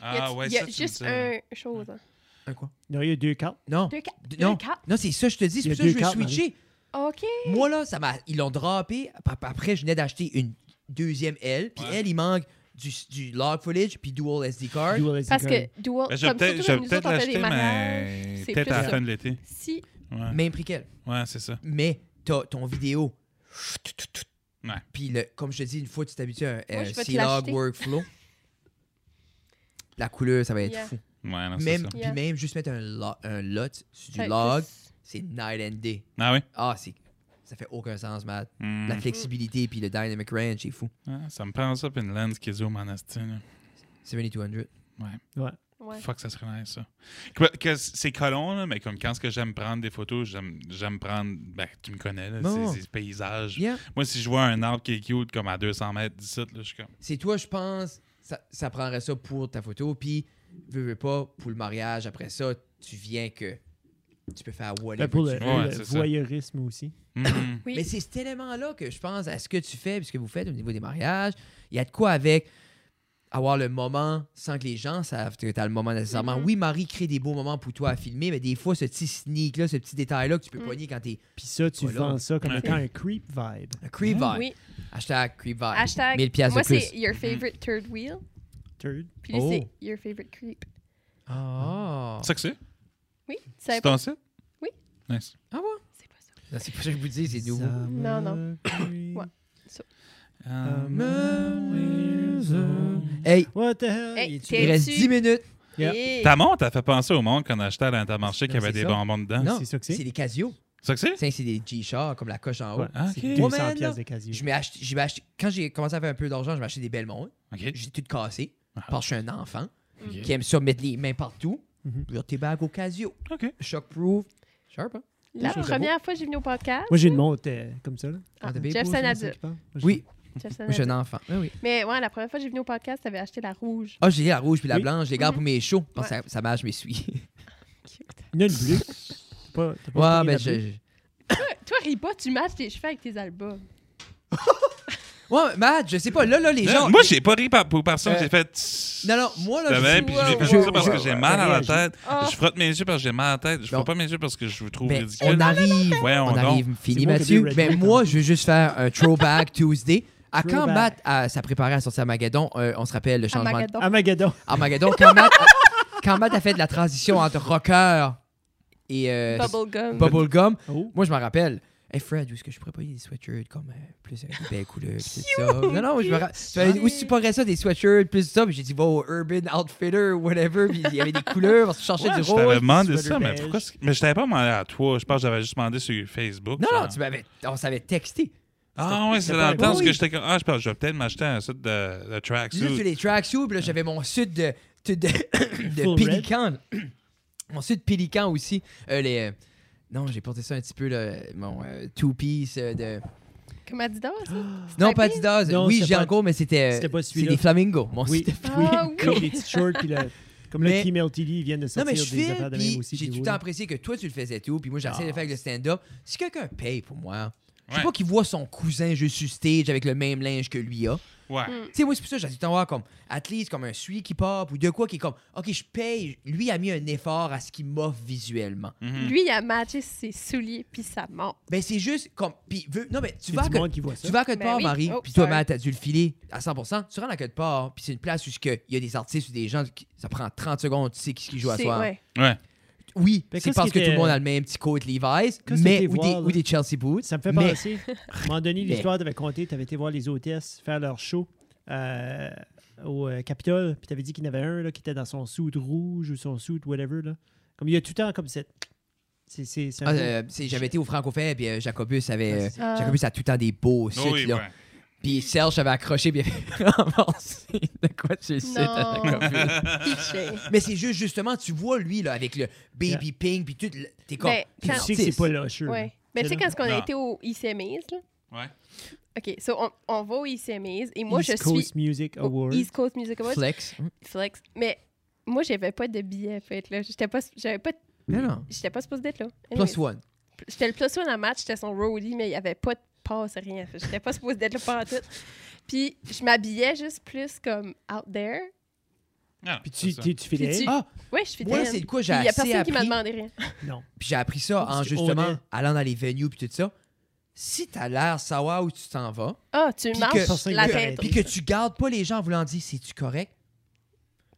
C: Il y a,
D: Ah ouais,
C: il y a
D: ça, tu me
C: juste
D: dis-
C: un chose. hein.
A: Un quoi?
B: Non, il y a deux cartes.
A: Non.
C: Deux, quatre-
A: D-
C: deux
A: non.
C: quatre.
A: Non, c'est ça, je te dis. C'est
B: Il y
A: pour ça
B: a
A: que je
B: deux
A: vais
B: cartes,
A: switcher.
C: OK.
A: Moi, là, ça m'a... ils l'ont drapé. Ap- Après, je venais d'acheter une deuxième L. Puis
D: Ouais.
A: elle, il manque du, du log footage puis dual SD card.
B: Dual SD
C: Parce
B: card.
C: que dual,
D: Ben, je vais
C: comme
D: peut-être
C: surtout
D: je vais
C: comme nous
D: peut-être
C: autres, on fait des
D: l'acheter,
C: mariages.
D: mais
C: c'est
D: peut-être
C: plus
D: à la
C: ça.
D: fin de l'été.
C: Si,
D: Ouais,
A: Même prix qu'elle.
D: ouais c'est ça.
A: Mais t'as ton vidéo.
D: Ouais.
A: Puis, le, comme je te dis, une fois que tu t'habitues à
C: Moi,
A: un
C: je vais te
A: C-Log
C: l'acheter.
A: workflow, la couleur, ça va être
C: Yeah.
A: fou.
D: Ouais, non, c'est
A: Même,
D: ça.
A: puis
C: Yeah.
A: même juste mettre un, lo- un lot sur
C: ça
A: du
C: va
A: log,
C: être plus-
A: c'est night and day.
D: Ah oui?
A: Ah, c'est, ça fait aucun sens, Matt.
D: Hmm.
A: La flexibilité puis le dynamic range, c'est fou.
D: Ah, ça me prend ça, puis une lens qu'ils ont en esti, là.
A: 7200.
B: Ouais.
C: Ouais.
D: Fuck, ça serait nice, ça. Que, que c'est colon, là, mais comme quand ce que j'aime prendre des photos, j'aime j'aime prendre. Ben, tu me connais, là,
A: Non.
D: ces, ces paysages.
A: Yeah.
D: Moi, si je vois un arbre qui est cute, comme à 200 mètres d'ici, là, je suis comme.
A: C'est toi, je pense, ça, ça prendrait ça pour ta photo, puis veux, veux pas, pour le mariage, après ça, tu viens que tu peux faire
B: Ben,
A: whatever.
B: pour
A: tu
B: le,
A: veux.
D: Ouais,
B: le
D: c'est ça.
B: voyeurisme aussi.
D: Mhm.
C: Oui.
A: Mais c'est cet élément-là que je pense à ce que tu fais, puis ce que vous faites au niveau des mariages. Il y a de quoi avec avoir le moment sans que les gens savent que tu as le moment nécessairement.
C: Mhm.
A: Oui, Marie crée des beaux moments pour toi à filmer, mais des fois, ce petit sneak-là, ce petit détail-là que tu peux
C: Mhm.
A: poigner quand t'es
B: Puis ça, tu
A: Voilà.
B: vends ça comme
D: Ouais.
B: étant un creep vibe.
A: un creep vibe.
C: Mm-hmm. Oui.
A: Hashtag creep vibe.
C: Hashtag.
A: 1000 piastres
C: Moi,
A: de plus.
C: c'est your
D: Mm-hmm.
C: favorite third wheel.
B: Third.
C: Puis lui,
A: Oh.
C: c'est your favorite creep.
A: Ah.
D: C'est ça que c'est?
C: Oui, tu savais
D: C'est
C: pas.
D: ton site?
C: Oui.
D: Nice.
A: Ah ouais?
C: C'est pas ça.
A: Non, C'est pas ça que je vous dis, c'est nouveau.
B: Summer
C: Non, non.
B: creep.
C: Ouais.
A: Euh,
D: Euh,
A: Hey,
B: What the hell?
C: Hey,
B: Es-tu-
A: il
C: t'es-
A: reste
C: tu-
A: 10 minutes.
B: Yeah.
C: Hey.
D: Ta montre, elle fait penser au monde qu'on achetait à l'intermarché qu'il y
A: Non,
D: avait
A: c'est
D: des
A: ça.
D: bonbons dedans.
A: Non,
B: c'est ça que c'est?
A: c'est des Casio.
D: C'est ça que c'est?
A: Ça, C'est des G-Shar, comme la coche en haut.
B: Ouais,
D: Ah,
B: c'est
D: ok.
B: 200
A: Woman,
B: piastres de
A: Je
B: casio.
A: m'ai acheté, j'ai acheté- quand j'ai commencé à faire un peu d'argent, je m'ai acheté des belles montres.
D: Ok.
A: J'ai tout cassé
D: Ah.
A: parce que je suis un enfant
D: Ok.
A: qui aime ça mettre les mains partout.
B: Mhm.
A: Ouvrir tes bagues au Casio.
D: Ok.
A: Shockproof. Sharp, hein?
C: La
A: Je sais
C: première fois que j'ai venu au podcast,
B: Moi, j'ai une montre euh, comme ça. Là.
C: Ah,
A: Ah, t'as bien
C: Jeff,
A: beau,
C: c'est un
B: Moi,
C: adulte.
B: qui parle. Moi, je-
A: Oui,
C: Jeff, c'est
A: moi,
C: un
A: je suis
C: adulte.
A: un enfant. Ah oui.
C: Mais ouais, la première fois que j'ai venu au podcast, t'avais acheté la rouge.
A: Ah, j'ai la rouge puis la
B: Oui.
A: blanche. Je les garde pour mes shows. Parce que
C: Ouais.
A: ça, ça marche, je m'essuie.
C: Cute.
B: Il y en a une bleue. T'as pas- t'as pas
A: ouais,
B: pogné la
A: ben, je,
B: bleue?
A: je-
C: Euh, Toi, Ripa, tu matches tes cheveux avec tes albums.
A: Ouais, Matt, je sais pas. Là, là, les
D: Là,
A: gens.
D: moi, j'ai pas ri par- pour personne.
A: Euh,
D: J'ai fait. tss,
A: Non, non, moi, là,
D: de
A: je-
D: même, puis je l'ai fait
C: Wow,
D: ça parce
A: wow,
D: que
A: wow,
D: j'ai
A: wow.
D: mal à la
B: Réagis.
D: tête.
C: Ah.
D: Je frotte mes yeux parce que j'ai mal à la tête. Je
A: Non.
D: frotte pas mes yeux parce que je vous trouve
A: Ben,
D: ridicule.
A: on arrive.
D: Voyons
A: On
D: donc.
A: arrive fini,
B: C'est moi qui
A: Mathieu.
B: ai vu Red
A: Mais
B: Bull
A: moi,
D: hein.
B: tantôt.
A: je veux juste faire un throwback Tuesday. À quand
B: Throwback.
A: Matt a- s'est préparé à sortir Armageddon, euh, on se rappelle le changement de- Ah,
C: Armageddon.
B: Armageddon.
A: Armageddon. Quand Matt, a, quand Matt a fait de la transition entre rocker et euh,
C: Bubblegum.
A: bubblegum,
B: Oh.
A: moi, je m'en rappelle. Hey Fred, où est-ce que je pourrais pas des sweatshirts comme euh, plus avec des belles couleurs, pis tout ça? Non, non, je me rappelle. Où est-ce que tu pourrais ça, des sweatshirts, plus ça? Puis j'ai dit, va au Urban Outfitter ou whatever, puis il y avait des couleurs, parce que je cherchais
B: Ouais,
A: du
D: Je t'avais
A: rose.
D: demandé
B: sweater
D: ça, mais
B: beige.
D: pourquoi. c'est- Mais je t'avais pas demandé à toi. Je pense que j'avais juste demandé sur Facebook.
A: Non,
D: genre.
A: non, tu m'avais. On s'avait texté.
D: Ah, ouais, c'est
B: C'était
D: dans
B: pas
D: le temps
B: un-
D: ce que j'étais comme. Ah, je pense que je vais peut-être m'acheter un site de, de
A: Juste sur
D: tracksuit.
A: les tracksuits, puis là, j'avais mon sud de, de, de, de
B: Full
A: pélican. mon sud pélican aussi. Euh, les, non, j'ai porté ça un petit peu, là, mon euh, two-piece euh, de...
C: Comment dis donc ça?
A: Non,
C: Snappy?
A: pas Adidas.
B: Non,
A: Oui,
B: c'était
A: j'ai
B: pas-
A: encore, mais c'était...
B: c'était
A: euh,
B: pas
A: C'est
B: celui-là.
A: des flamingos. Mon
B: Oui,
A: sud.
B: oui,
C: Ah, oui.
B: oui, les petits shorts, puis le, comme
A: Mais-
B: le Kimmel TV, ils viennent de
A: Non,
B: sortir
A: mais je
B: des affaires
A: filme,
B: de même
A: puis
B: aussi.
A: j'ai
B: des Ah.
A: tout le
B: rouleaux.
A: temps apprécié que toi, tu le faisais tout, puis moi, j'essaie de le faire avec le stand-up. Si quelqu'un paye pour moi, je sais
D: Ouais.
A: pas qu'il voit son cousin juste sur stage avec le même linge que lui a.
D: Ouais.
A: Tu sais, moi, c'est pour ça que j'ai du temps à voir comme, at least, comme un suit qui pop ou de quoi qui est comme, OK, je paye. Lui a mis un effort à ce qu'il m'offre visuellement.
D: Mhm.
C: Lui, il a matché ses souliers puis sa montre.
A: Ben, c'est juste comme, puis, veux- non, mais tu
B: C'est
A: vas à
B: du
A: que.
B: monde qui voit ça.
A: Tu vas à Côte
C: Ben
A: Port,
C: oui.
A: Marie,
C: Oh,
A: puis toi,
C: sorry.
A: Matt, t'as dû le filer à 100 Tu rentres à Côte Port, puis c'est une place où ce que il y a des artistes ou des gens, qui- ça prend 30 secondes, tu sais qui, qui joue à
C: C'est-
A: soir.
C: ouais.
D: Ouais.
A: Oui,
B: Ben,
A: c'est
B: qu'est-ce
A: parce
B: qui
A: que tout le
B: était-
A: monde a le même petit coat Levi's,
B: Qu'est-ce qui
A: mais,
B: était
A: ou, des,
B: voir, là?
A: ou des Chelsea Boots.
B: Ça me fait
A: mais-
B: penser. À un moment donné, l'histoire, t'avais compté, t'avais été voir les hôtesses faire leur show euh, au euh, Capitole, puis t'avais dit qu'il y en avait un là, qui était dans son suit rouge ou son suit whatever. Là. Comme il y a tout le temps comme cette. C'est, c'est, c'est un
A: Ah,
B: peu-
A: euh, c'est- J'avais été au Francophène, puis euh, Jacobus avait.
B: Ah,
A: euh,
B: c'est
C: Ah.
A: Jacobus a tout le temps des beaux sites,
D: Ah oui,
A: là.
D: ouais.
A: Puis Serge avait accroché, puis il avait ramassé de quoi tu sais. t'as
C: Non.
A: compris.
C: Piché.
A: Mais c'est juste, justement, tu vois, lui, là, avec le baby pink, puis tout, le- t'es comme...
C: Ben,
A: t'es
C: quand-
B: tu sais que c'est
A: artiste.
B: pas lâcheux. là.
C: Ouais. Mais tu sais,
B: là.
C: quand on
D: Non.
C: a été au E ICMIS, là,
D: Ouais.
C: OK, so on, on va au E ICMIS et moi,
B: East
C: je
B: Coast
C: suis
B: Music
C: au
B: Award.
C: East Coast Music Awards,
A: Flex. Hum.
C: Flex. Mais moi, j'avais pas de billet, en fait, là. J'étais pas, j'avais pas,
A: Mais non.
C: j'étais pas supposée d'être là.
A: Plus one.
C: J'étais le plus one à match, j'étais son roadie, mais il n'y avait pas de passe, rien. Fait que J'étais pas supposée d'être là pas en tout. Puis je m'habillais juste plus comme out there.
D: Ah,
B: Puis tu,
D: c'est ça.
B: t'es- tu fais
C: Puis tu-
A: Ah,
C: Ouais, je suis
A: moi,
C: fidèle.
A: c'est
C: Puis
A: le coup, j'ai
C: Il n'y a
A: assez
C: personne qui m'a
A: appris.
C: demandé rien.
B: Non.
A: Puis j'ai appris ça
B: Comme
A: en
B: si on
A: justement
B: est-
A: allant dans les venues puis tout ça. Si t'as l'air savoir où tu t'en vas,
C: Ah, tu
A: Puis
C: marches
A: que-
C: la
A: que-
C: tête.
A: puis que tu gardes pas les gens en voulant dire c'est-tu correct,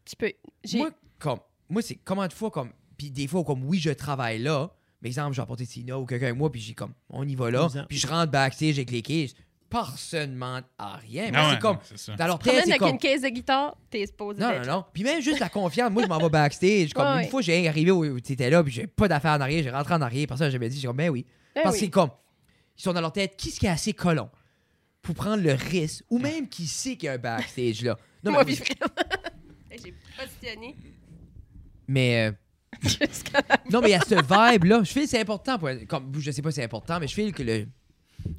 C: Tu peux. J'ai
A: moi, comme, moi, c'est comment de fois, comme, puis des fois, comme, oui, je travaille là, mais exemple, j'ai apporté Tina ou quelqu'un avec moi, puis j'ai comme, on y va là,
B: Vous en-
A: puis je rentre backstage avec les kids, personne demande à rien. Mais
D: Ah ouais,
A: c'est comme,
D: non, c'est ça.
A: dans leur tête,
C: promène
A: c'est
C: avec
A: comme,
C: une caisse de guitare, t'es supposé
A: non, non,
C: d'être là.
A: non. Puis même juste la confiance, moi, je m'en vais backstage. Comme,
C: Ouais,
A: une
C: ouais.
A: fois, j'ai arrivé où, où t'étais là, puis j'ai pas d'affaires en arrière, j'ai rentré en arrière, personne n'a jamais dit, j'ai comme, ben oui.
C: Ben
A: Parce
C: oui.
A: que c'est comme, ils sont dans leur tête, qui est-ce qui est assez colon pour prendre le risque,
D: Ah.
A: ou même qui sait qu'il y a un backstage là. Non,
C: Moi,
A: mais,
C: puis vraiment. J'ai positionné
A: mais, euh,
C: jusqu'à la
A: Non, mais il y a ce vibe-là. Je feel que c'est important. Pour... Comme, je sais pas si c'est important, mais je feel que le... les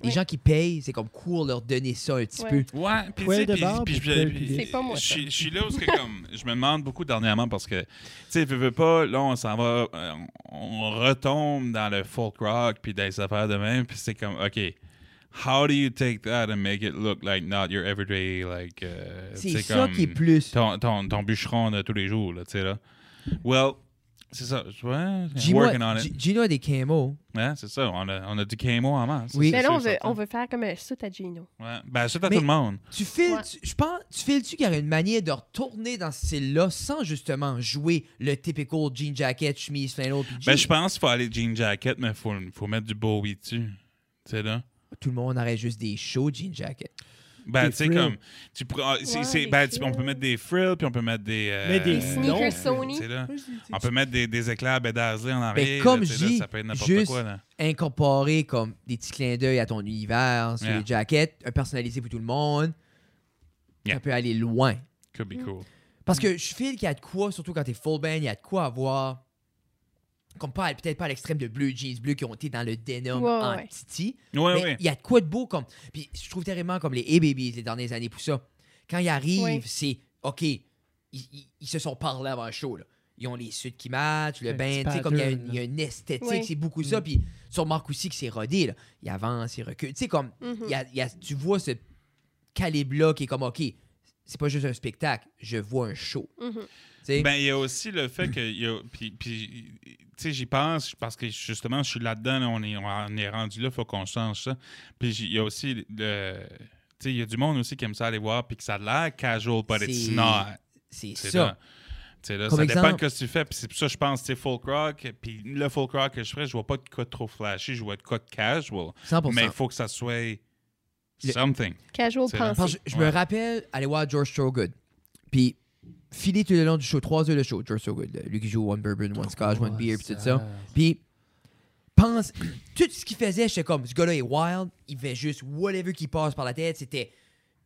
C: Ouais.
A: gens qui payent, c'est comme cool leur donner ça un petit
C: Ouais.
A: peu.
D: Ouais, puis
B: Poil
D: tu sais,
B: de
D: puis-
B: barbe
D: puis
B: ou
D: je-
B: poil
D: puis-
B: pilé?
C: C'est pas moi,
D: Je
C: ça.
D: suis- je suis là parce que comme je me demande beaucoup dernièrement parce que tu sais, veux, veux pas, là on s'en va, euh, on retombe dans le folk rock puis dans les affaires de même, puis c'est comme ok. How do you take that and make it look like not your everyday like euh, tu
A: C'est
D: sais,
A: ça
D: comme
A: qui est plus.
D: ton, ton, ton bûcheron de tous les jours là, tu sais là. Well, c'est ça, je vois,
A: Gino,
D: working on it.
A: G- Gino a des camos.
D: Ouais, c'est ça, on a, on a du camo en masse.
A: Oui.
D: c'est
C: Mais Ben là,
D: sûr,
C: on veut,
D: certain.
C: on veut faire comme un soute à Gino.
D: Ouais. Ben, c'est à
A: Mais-
D: tout le monde.
A: Tu files,
C: Ouais.
A: tu- je pense, tu files-tu qu'il y aurait une manière de retourner dans ce style-là sans justement jouer le typical jean jacket, chemise, flannel, puis
D: Ben,
A: jean?
D: je pense qu'il faut aller jean jacket, mais il faut, faut mettre du Bowie dessus. Tu sais, là.
A: Tout le monde aurait juste des shows jean jacket.
D: Ben,
B: Des
D: tu sais,
B: frills.
D: comme. Tu pourras- c'est-
C: Ouais,
D: c'est-
C: des
D: ben, tu- on peut
C: frills.
D: mettre des frills, puis on peut mettre des. euh,
B: Mais des
D: euh,
B: sneakers
D: longs,
C: Sony.
D: tu sais, là.
B: Moi, je dis-
D: On peut mettre des, des éclairs bedazzlés en arrière. là,
A: comme
D: tu sais,
A: je
D: là,
A: dis,
D: ça peut être n'importe
A: juste-
D: quoi, là.
A: Incorporer comme des petits clins d'œil à ton univers sur
D: Yeah.
A: les jackets, un personnalisé pour tout le monde.
D: Yeah.
A: Ça peut aller loin.
D: Could
C: Mm.
D: be cool.
A: Parce que je file qu'il y a de quoi, surtout quand t'es full band, il y a de quoi avoir. Comme pas, peut-être pas à l'extrême de bleu, jeans bleus qui ont été dans le denim
C: Ouais,
A: en
C: ouais.
A: titi.
D: Ouais,
A: mais
D: ouais.
A: Ben, il y a de quoi de beau comme. Puis je trouve terriblement comme les A-Babies les dernières années pour ça. Quand ils arrivent,
C: Ouais.
A: c'est OK, ils, ils- ils se sont parlé avant le show. Là. Ils ont les suds qui matchent, le
B: Un
A: bain,
B: petit
A: tu sais, comme il y, a une-
B: pattern,
A: il y a une esthétique,
C: Ouais.
A: c'est beaucoup ça.
B: Mm.
A: Puis tu remarques aussi que c'est rodé, là. il avance, il recule. Tu sais, comme
C: Mhm.
A: il y a- il y a- tu vois ce calibre-là qui est comme OK, c'est pas juste un spectacle, je vois un show.
C: Mhm.
A: Tu sais?
D: Ben, il y a aussi le fait que. il y a- Puis, puis, tu sais, j'y pense parce que justement, je suis là-dedans, là, on, est, on est rendu là, il faut qu'on change ça. Puis, j'y- il y a aussi le. Tu sais, il y a du monde aussi qui aime ça aller voir, puis que ça a l'air casual, but it's
A: C'est-
D: not.
A: c'est
D: C'est
A: ça.
D: là. Tu sais, là,
A: Comme
D: ça dépend
A: exemple.
D: de ce que tu fais. Puis c'est pour ça que je pense, tu sais, folk rock. Puis le folk rock que je ferais, je vois pas de quoi de trop flashy, je vois de quoi de casual.
A: 100%.
D: Mais il faut que ça soit
A: Le-
D: something.
C: Casual
D: C'est vrai.
A: Parce
C: pensée.
A: que je, je me
D: Ouais.
A: rappelle aller voir George Thorogood. Puis filer tout le long du show, trois heures de show, George Thorogood, là, lui qui joue One Bourbon, One Scotch, One Beer, puis tout ça. Puis pense, tout ce qu'il faisait, j'étais comme, ce gars-là est wild, il fait juste whatever qui passe par la tête. C'était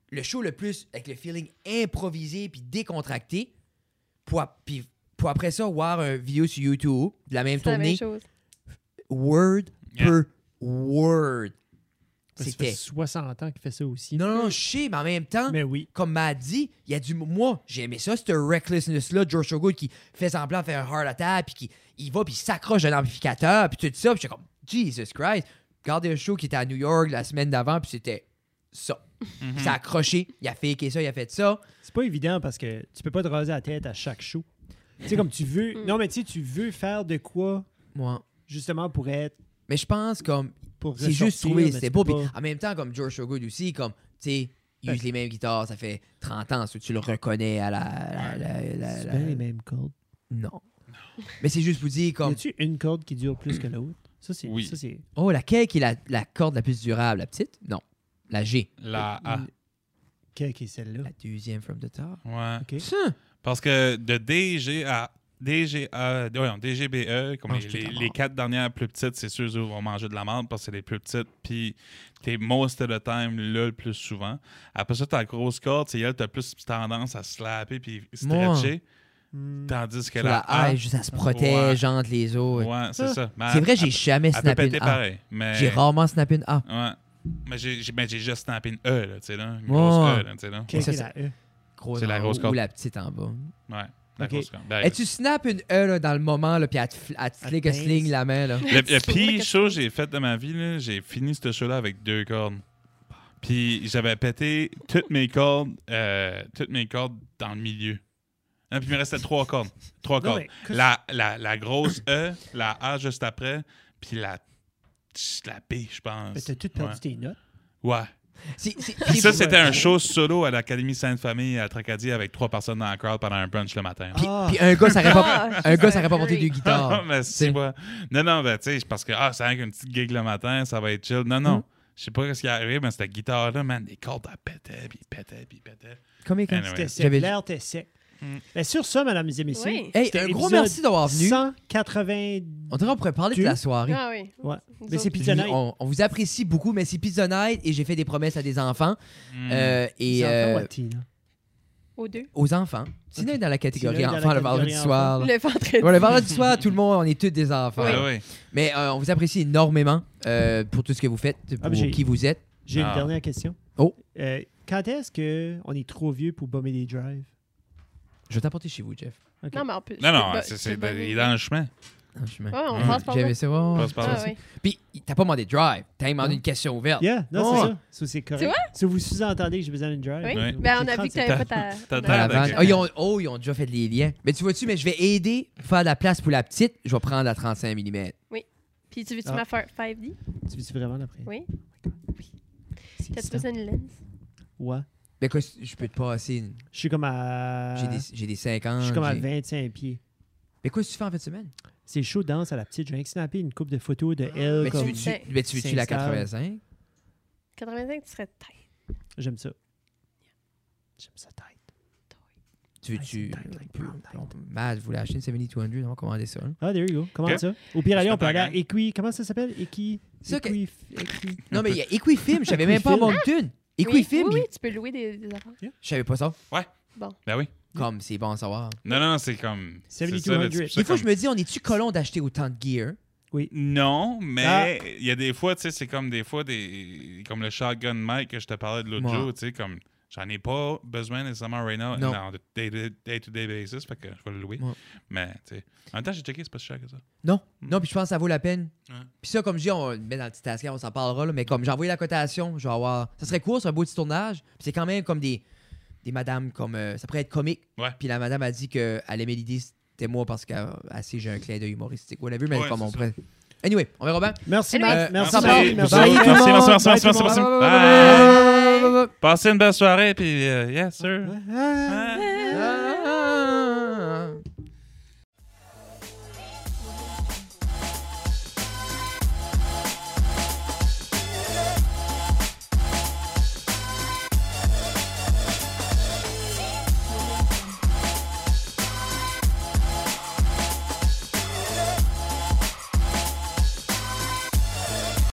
A: le show le plus avec le feeling improvisé puis décontracté. Pour, a- puis pour après ça, voir un vidéo sur YouTube de la même
C: C'est la
A: tournée,
C: même chose.
A: word
D: Yeah.
A: per word.
B: Ça
A: Ah,
B: fait
A: C'était.
B: 60 ans qu'il fait ça aussi.
A: Non, non, je sais, mais en même temps
B: Mais oui.
A: comme m'a dit, il y a du. Moi, j'ai aimé ça, ce recklessness-là, George Thorogood qui fait semblant de faire un heart attack, puis qui il va, puis il s'accroche à l'amplificateur, puis tout ça. Puis j'étais comme, Jesus Christ. Regardez un show qui était à New York la semaine d'avant, puis c'était ça. Il s'est accroché, il a faké ça, il a fait ça.
B: C'est pas évident parce que tu peux pas te raser la tête à chaque show. Tu sais, comme tu
C: Mm.
B: veux. Non, mais tu sais, tu veux faire de quoi
A: Moi.
B: justement pour être.
A: Mais je pense, comme,
B: Pour
A: c'est juste
B: ressortir,
A: trouver,
B: mais
A: c'était
B: tu
A: beau.
B: peux
A: Puis ah,
B: pas.
A: en même temps, comme George Thorogood aussi, comme, tu sais, il
B: Ouais.
A: use les mêmes guitares, ça fait 30 ans, si tu le reconnais à la. la- la- la-
B: C'est
A: la-
B: bien les mêmes cordes.
A: Non. Mais c'est juste pour dire,
B: Y
A: comme. Mm.
B: a-tu une corde qui dure plus que l'autre? Ça, c'est.
D: Oui.
B: Ça, c'est.
A: Oh, laquelle qui est la, la corde la plus durable? La petite? Non. La G.
D: La A.
B: Quelle qui est celle-là?
A: Ah, La deuxième from the top.
D: Ouais.
B: OK.
A: Ça!
D: Parce que de DG à DGA, voyons, DGBE, E, comme
A: Mange
D: les,
A: tout de la
D: les-
A: marde.
D: les quatre dernières plus petites, c'est sûr eux vont manger de la merde parce que c'est les plus petites. Puis t'es most of the time là le plus souvent. Après ça, ta grosse corde, c'est elle, t'as plus tendance à slapper puis stretcher.
B: Hmm.
D: Tandis que
A: Sur la
D: la A,
A: haie, juste, ça se protège entre les autres.
D: ouais, c'est
B: Ah.
D: ça. Mais
A: C'est
D: elle-
A: vrai, j'ai jamais
D: elle peut
A: snappé une
D: péter
A: A.
D: pareil. Mais...
A: J'ai rarement snappé une A.
D: Ouais. Mais j'ai j'ai- ben, j'ai juste snappé une E, là, tu sais, là. Une grosse
A: Ouais.
D: E, là, tu sais, là.
B: Quelle
A: Ça,
B: est
A: ça-
B: la E?
A: Grosse
D: C'est la
A: en
D: grosse
A: haut
D: corde.
A: Ou la petite en bas.
D: Ouais. La
B: Ok.
D: grosse corde. Ben,
A: Et tu snaps une E là, dans le moment, là, puis elle te, fl- elle te
B: Elle
A: flic, elle se
B: pince.
A: ligne la main. Là.
D: Le, le pire show que j'ai fait de ma vie, là, j'ai fini ce show-là avec deux cordes. Puis j'avais pété toutes mes cordes, euh, toutes mes cordes dans le milieu. Non, puis il me restait trois cordes. Trois
B: Non,
D: cordes.
B: mais qu'est-ce-
D: La, la, la grosse E, la A juste après, puis la, la B, je
B: Mais
D: pense.
B: Ben, T'as tout perdu
D: Ouais.
B: tes notes.
D: Ouais.
A: C'est- c'est-
D: Puis ça,
A: puis-
D: c'était un show solo à l'Académie Sainte-Famille à Tracadie avec trois personnes dans la crowd pendant un brunch le matin.
A: puis-
B: Ah.
A: puis un gars, ça aurait pas,
C: Ah,
A: un gars, ça aurait pas
C: c'est
A: porté deux
C: great.
A: guitares.
D: mais
A: tu sais.
D: si, moi. Non, non, ben, tu sais, parce que, ah, c'est rien qu'une petite gig le matin, ça va être chill. Non, non.
A: Mm.
D: Je sais pas ce qui est arrivé, mais cette guitare-là, man, les cordes, elles pétaient, puis pétaient, puis pétaient.
A: Combien comme
D: Anyway.
B: T'es
D: Ouais.
B: sec.
A: Ben J'avais- Mm.
B: L'air, t'es sec.
D: Hmm.
B: Ben, sur ça, mesdames et messieurs,
C: Oui.
A: Hey,
B: c'était
A: un gros
B: épisode
A: merci d'avoir venu.
B: 180...
A: On dirait qu'on pourrait parler
B: Tu-
A: de la soirée.
C: Ah oui.
B: Ouais.
C: Nous
B: Mais
C: autres.
B: c'est Pizza Night.
A: On, on vous apprécie beaucoup, mais c'est Pizza Night et j'ai fait des promesses à des enfants
D: Mm.
A: euh, et
B: C'est encore
A: euh,
B: Watty, là.
C: Aux deux.
A: aux enfants. C'est dans la catégorie
B: Sinon, dans la
A: enfants le
B: catégorie
A: vendredi
B: enfants.
A: soir. là.
C: Le vendredi.
A: Ouais, le vendredi soir, tout le monde, on est tous des enfants.
D: Ah
A: là.
D: oui.
A: Mais euh, on vous apprécie énormément euh, pour tout ce que vous faites, pour
B: mais Ah, j'ai-
A: qui vous êtes.
B: J'ai
D: Ah.
B: une dernière question.
A: Oh.
B: Euh, quand est-ce qu'on est trop vieux pour bomber des drives?
A: Je vais t'apporter chez vous, Jeff.
B: Ok.
C: Non, mais en plus.
D: Non, non,
C: bon-
D: c'est,
C: c'est
D: c'est,
C: bon.
D: il est dans le chemin.
A: En chemin.
C: Ouais, Oh, on
D: Ouais.
C: passe par là.
A: J'avais Ah, Mmh, ça. ouais, ouais.
D: Passe par
C: Ah,
D: là.
C: oui.
A: Puis, t'as pas demandé drive. T'as demandé
B: Non.
A: une question ouverte.
B: Hein? Yeah, non,
A: Ouais.
B: c'est ça. Ça, c'est correct.
C: Tu
B: Si vous sous-entendez que j'ai besoin d'une drive.
C: Oui.
D: Ouais.
C: Ben, on a vu que t'avais pas ta.
D: T'as-
C: ta-
A: Dans la
D: Ah,
A: vanne.
D: ok.
A: Ah, ils ont- oh, ils ont déjà fait les liens. Mais tu vois-tu, mais je vais aider, faire de la place pour la petite. Je vais prendre la 35 mm.
C: Puis tu veux-tu
B: Ah.
C: ma faire 5D?
B: Tu veux-tu vraiment l'après?
C: Oui.
B: C'est
C: T'as-tu
B: ça.
C: besoin d'une lens?
B: Ouais.
A: Mais quoi, je peux te passer. une-
B: Je suis comme à...
A: J'ai des, j'ai des 50.
B: Euh, Je suis comme à
A: j'ai-
B: 25 pieds.
A: Mais quoi, tu fais en fin de semaine?
B: C'est chaud danse à la petite. J'ai rien que snappé une coupe de photos
C: Ah,
B: de elle.
A: Mais tu
B: comme-
C: veux-
A: veux-tu, mais tu veux-tu la
B: Sincère.
A: 85?
C: 85, tu serais tête.
B: J'aime ça. J'aime ça tête.
A: Tu veux-tu.
B: Ah, c'est tight, like brown tight.
A: on peut- Matt, vous voulez acheter une 7200? On va commander ça. hein.
B: Ah, there you go. Comment
D: Ok.
B: ça? Au pire, allez,
D: Je
B: on peut aller à
D: t'entends.
B: Equi. Comment ça s'appelle? Equi.
A: Ça, ok.
B: Equi. Equi.
A: Non, mais il y a Equifilm. Ah! Je savais même pas à Moncton.
C: oui,
A: Equifilm,
C: oui,
A: il-
C: oui, tu peux louer des, des affaires.
A: je savais pas ça.
D: Ben oui.
A: Comme c'est bon à savoir.
D: Non, non, non, c'est comme. c'est
B: 7200.
D: c'est pour ça
A: Des fois,
D: comme-
A: je me dis, on est-tu colons d'acheter autant de gear?
D: Non,
B: Ah.
D: mais il y a des fois, tu sais, c'est comme des fois, des comme le shotgun mic que je te parlais de l'autre
A: Ouais.
D: jour, tu sais, comme j'en ai pas besoin nécessairement right now,
A: Non.
D: non, de day-to-day day-to-day basis, fait que je vais le louer.
A: Ouais.
D: Mais, tu sais, en même temps, j'ai checké, c'est pas si cher que ça.
A: Non, non, puis je pense que ça vaut la peine.
D: Ouais.
A: Puis ça, comme je dis, on le met dans le petit tasquet, on s'en parlera, là, mais comme j'ai envoyé la cotation, je vais avoir. Ça serait court, c'est un beau petit tournage. Puis c'est quand même comme des, des madames, comme. euh, ça pourrait être comique.
D: Ouais.
A: Puis la madame a dit qu'elle aimait l'idée, c'était moi parce que euh, assez j'ai un clin d'œil humoristique, whatever, mais
D: Ouais,
A: comme
D: c'est
A: on
D: ça.
A: pourrait. Anyway, on verra bien.
B: Merci,
C: Anyway.
B: Matt. Merci,
A: Euh, Merci.
B: Matt.
A: Merci.
B: Bye, tout le
D: Euh, Merci,
B: monde.
D: merci, merci,
B: Bye,
D: merci,
B: tout le monde.
D: merci.
A: Bye.
D: Passez une belle soirée, puis, euh, yes, sir.
B: Ah, ah, ah.
A: Bye.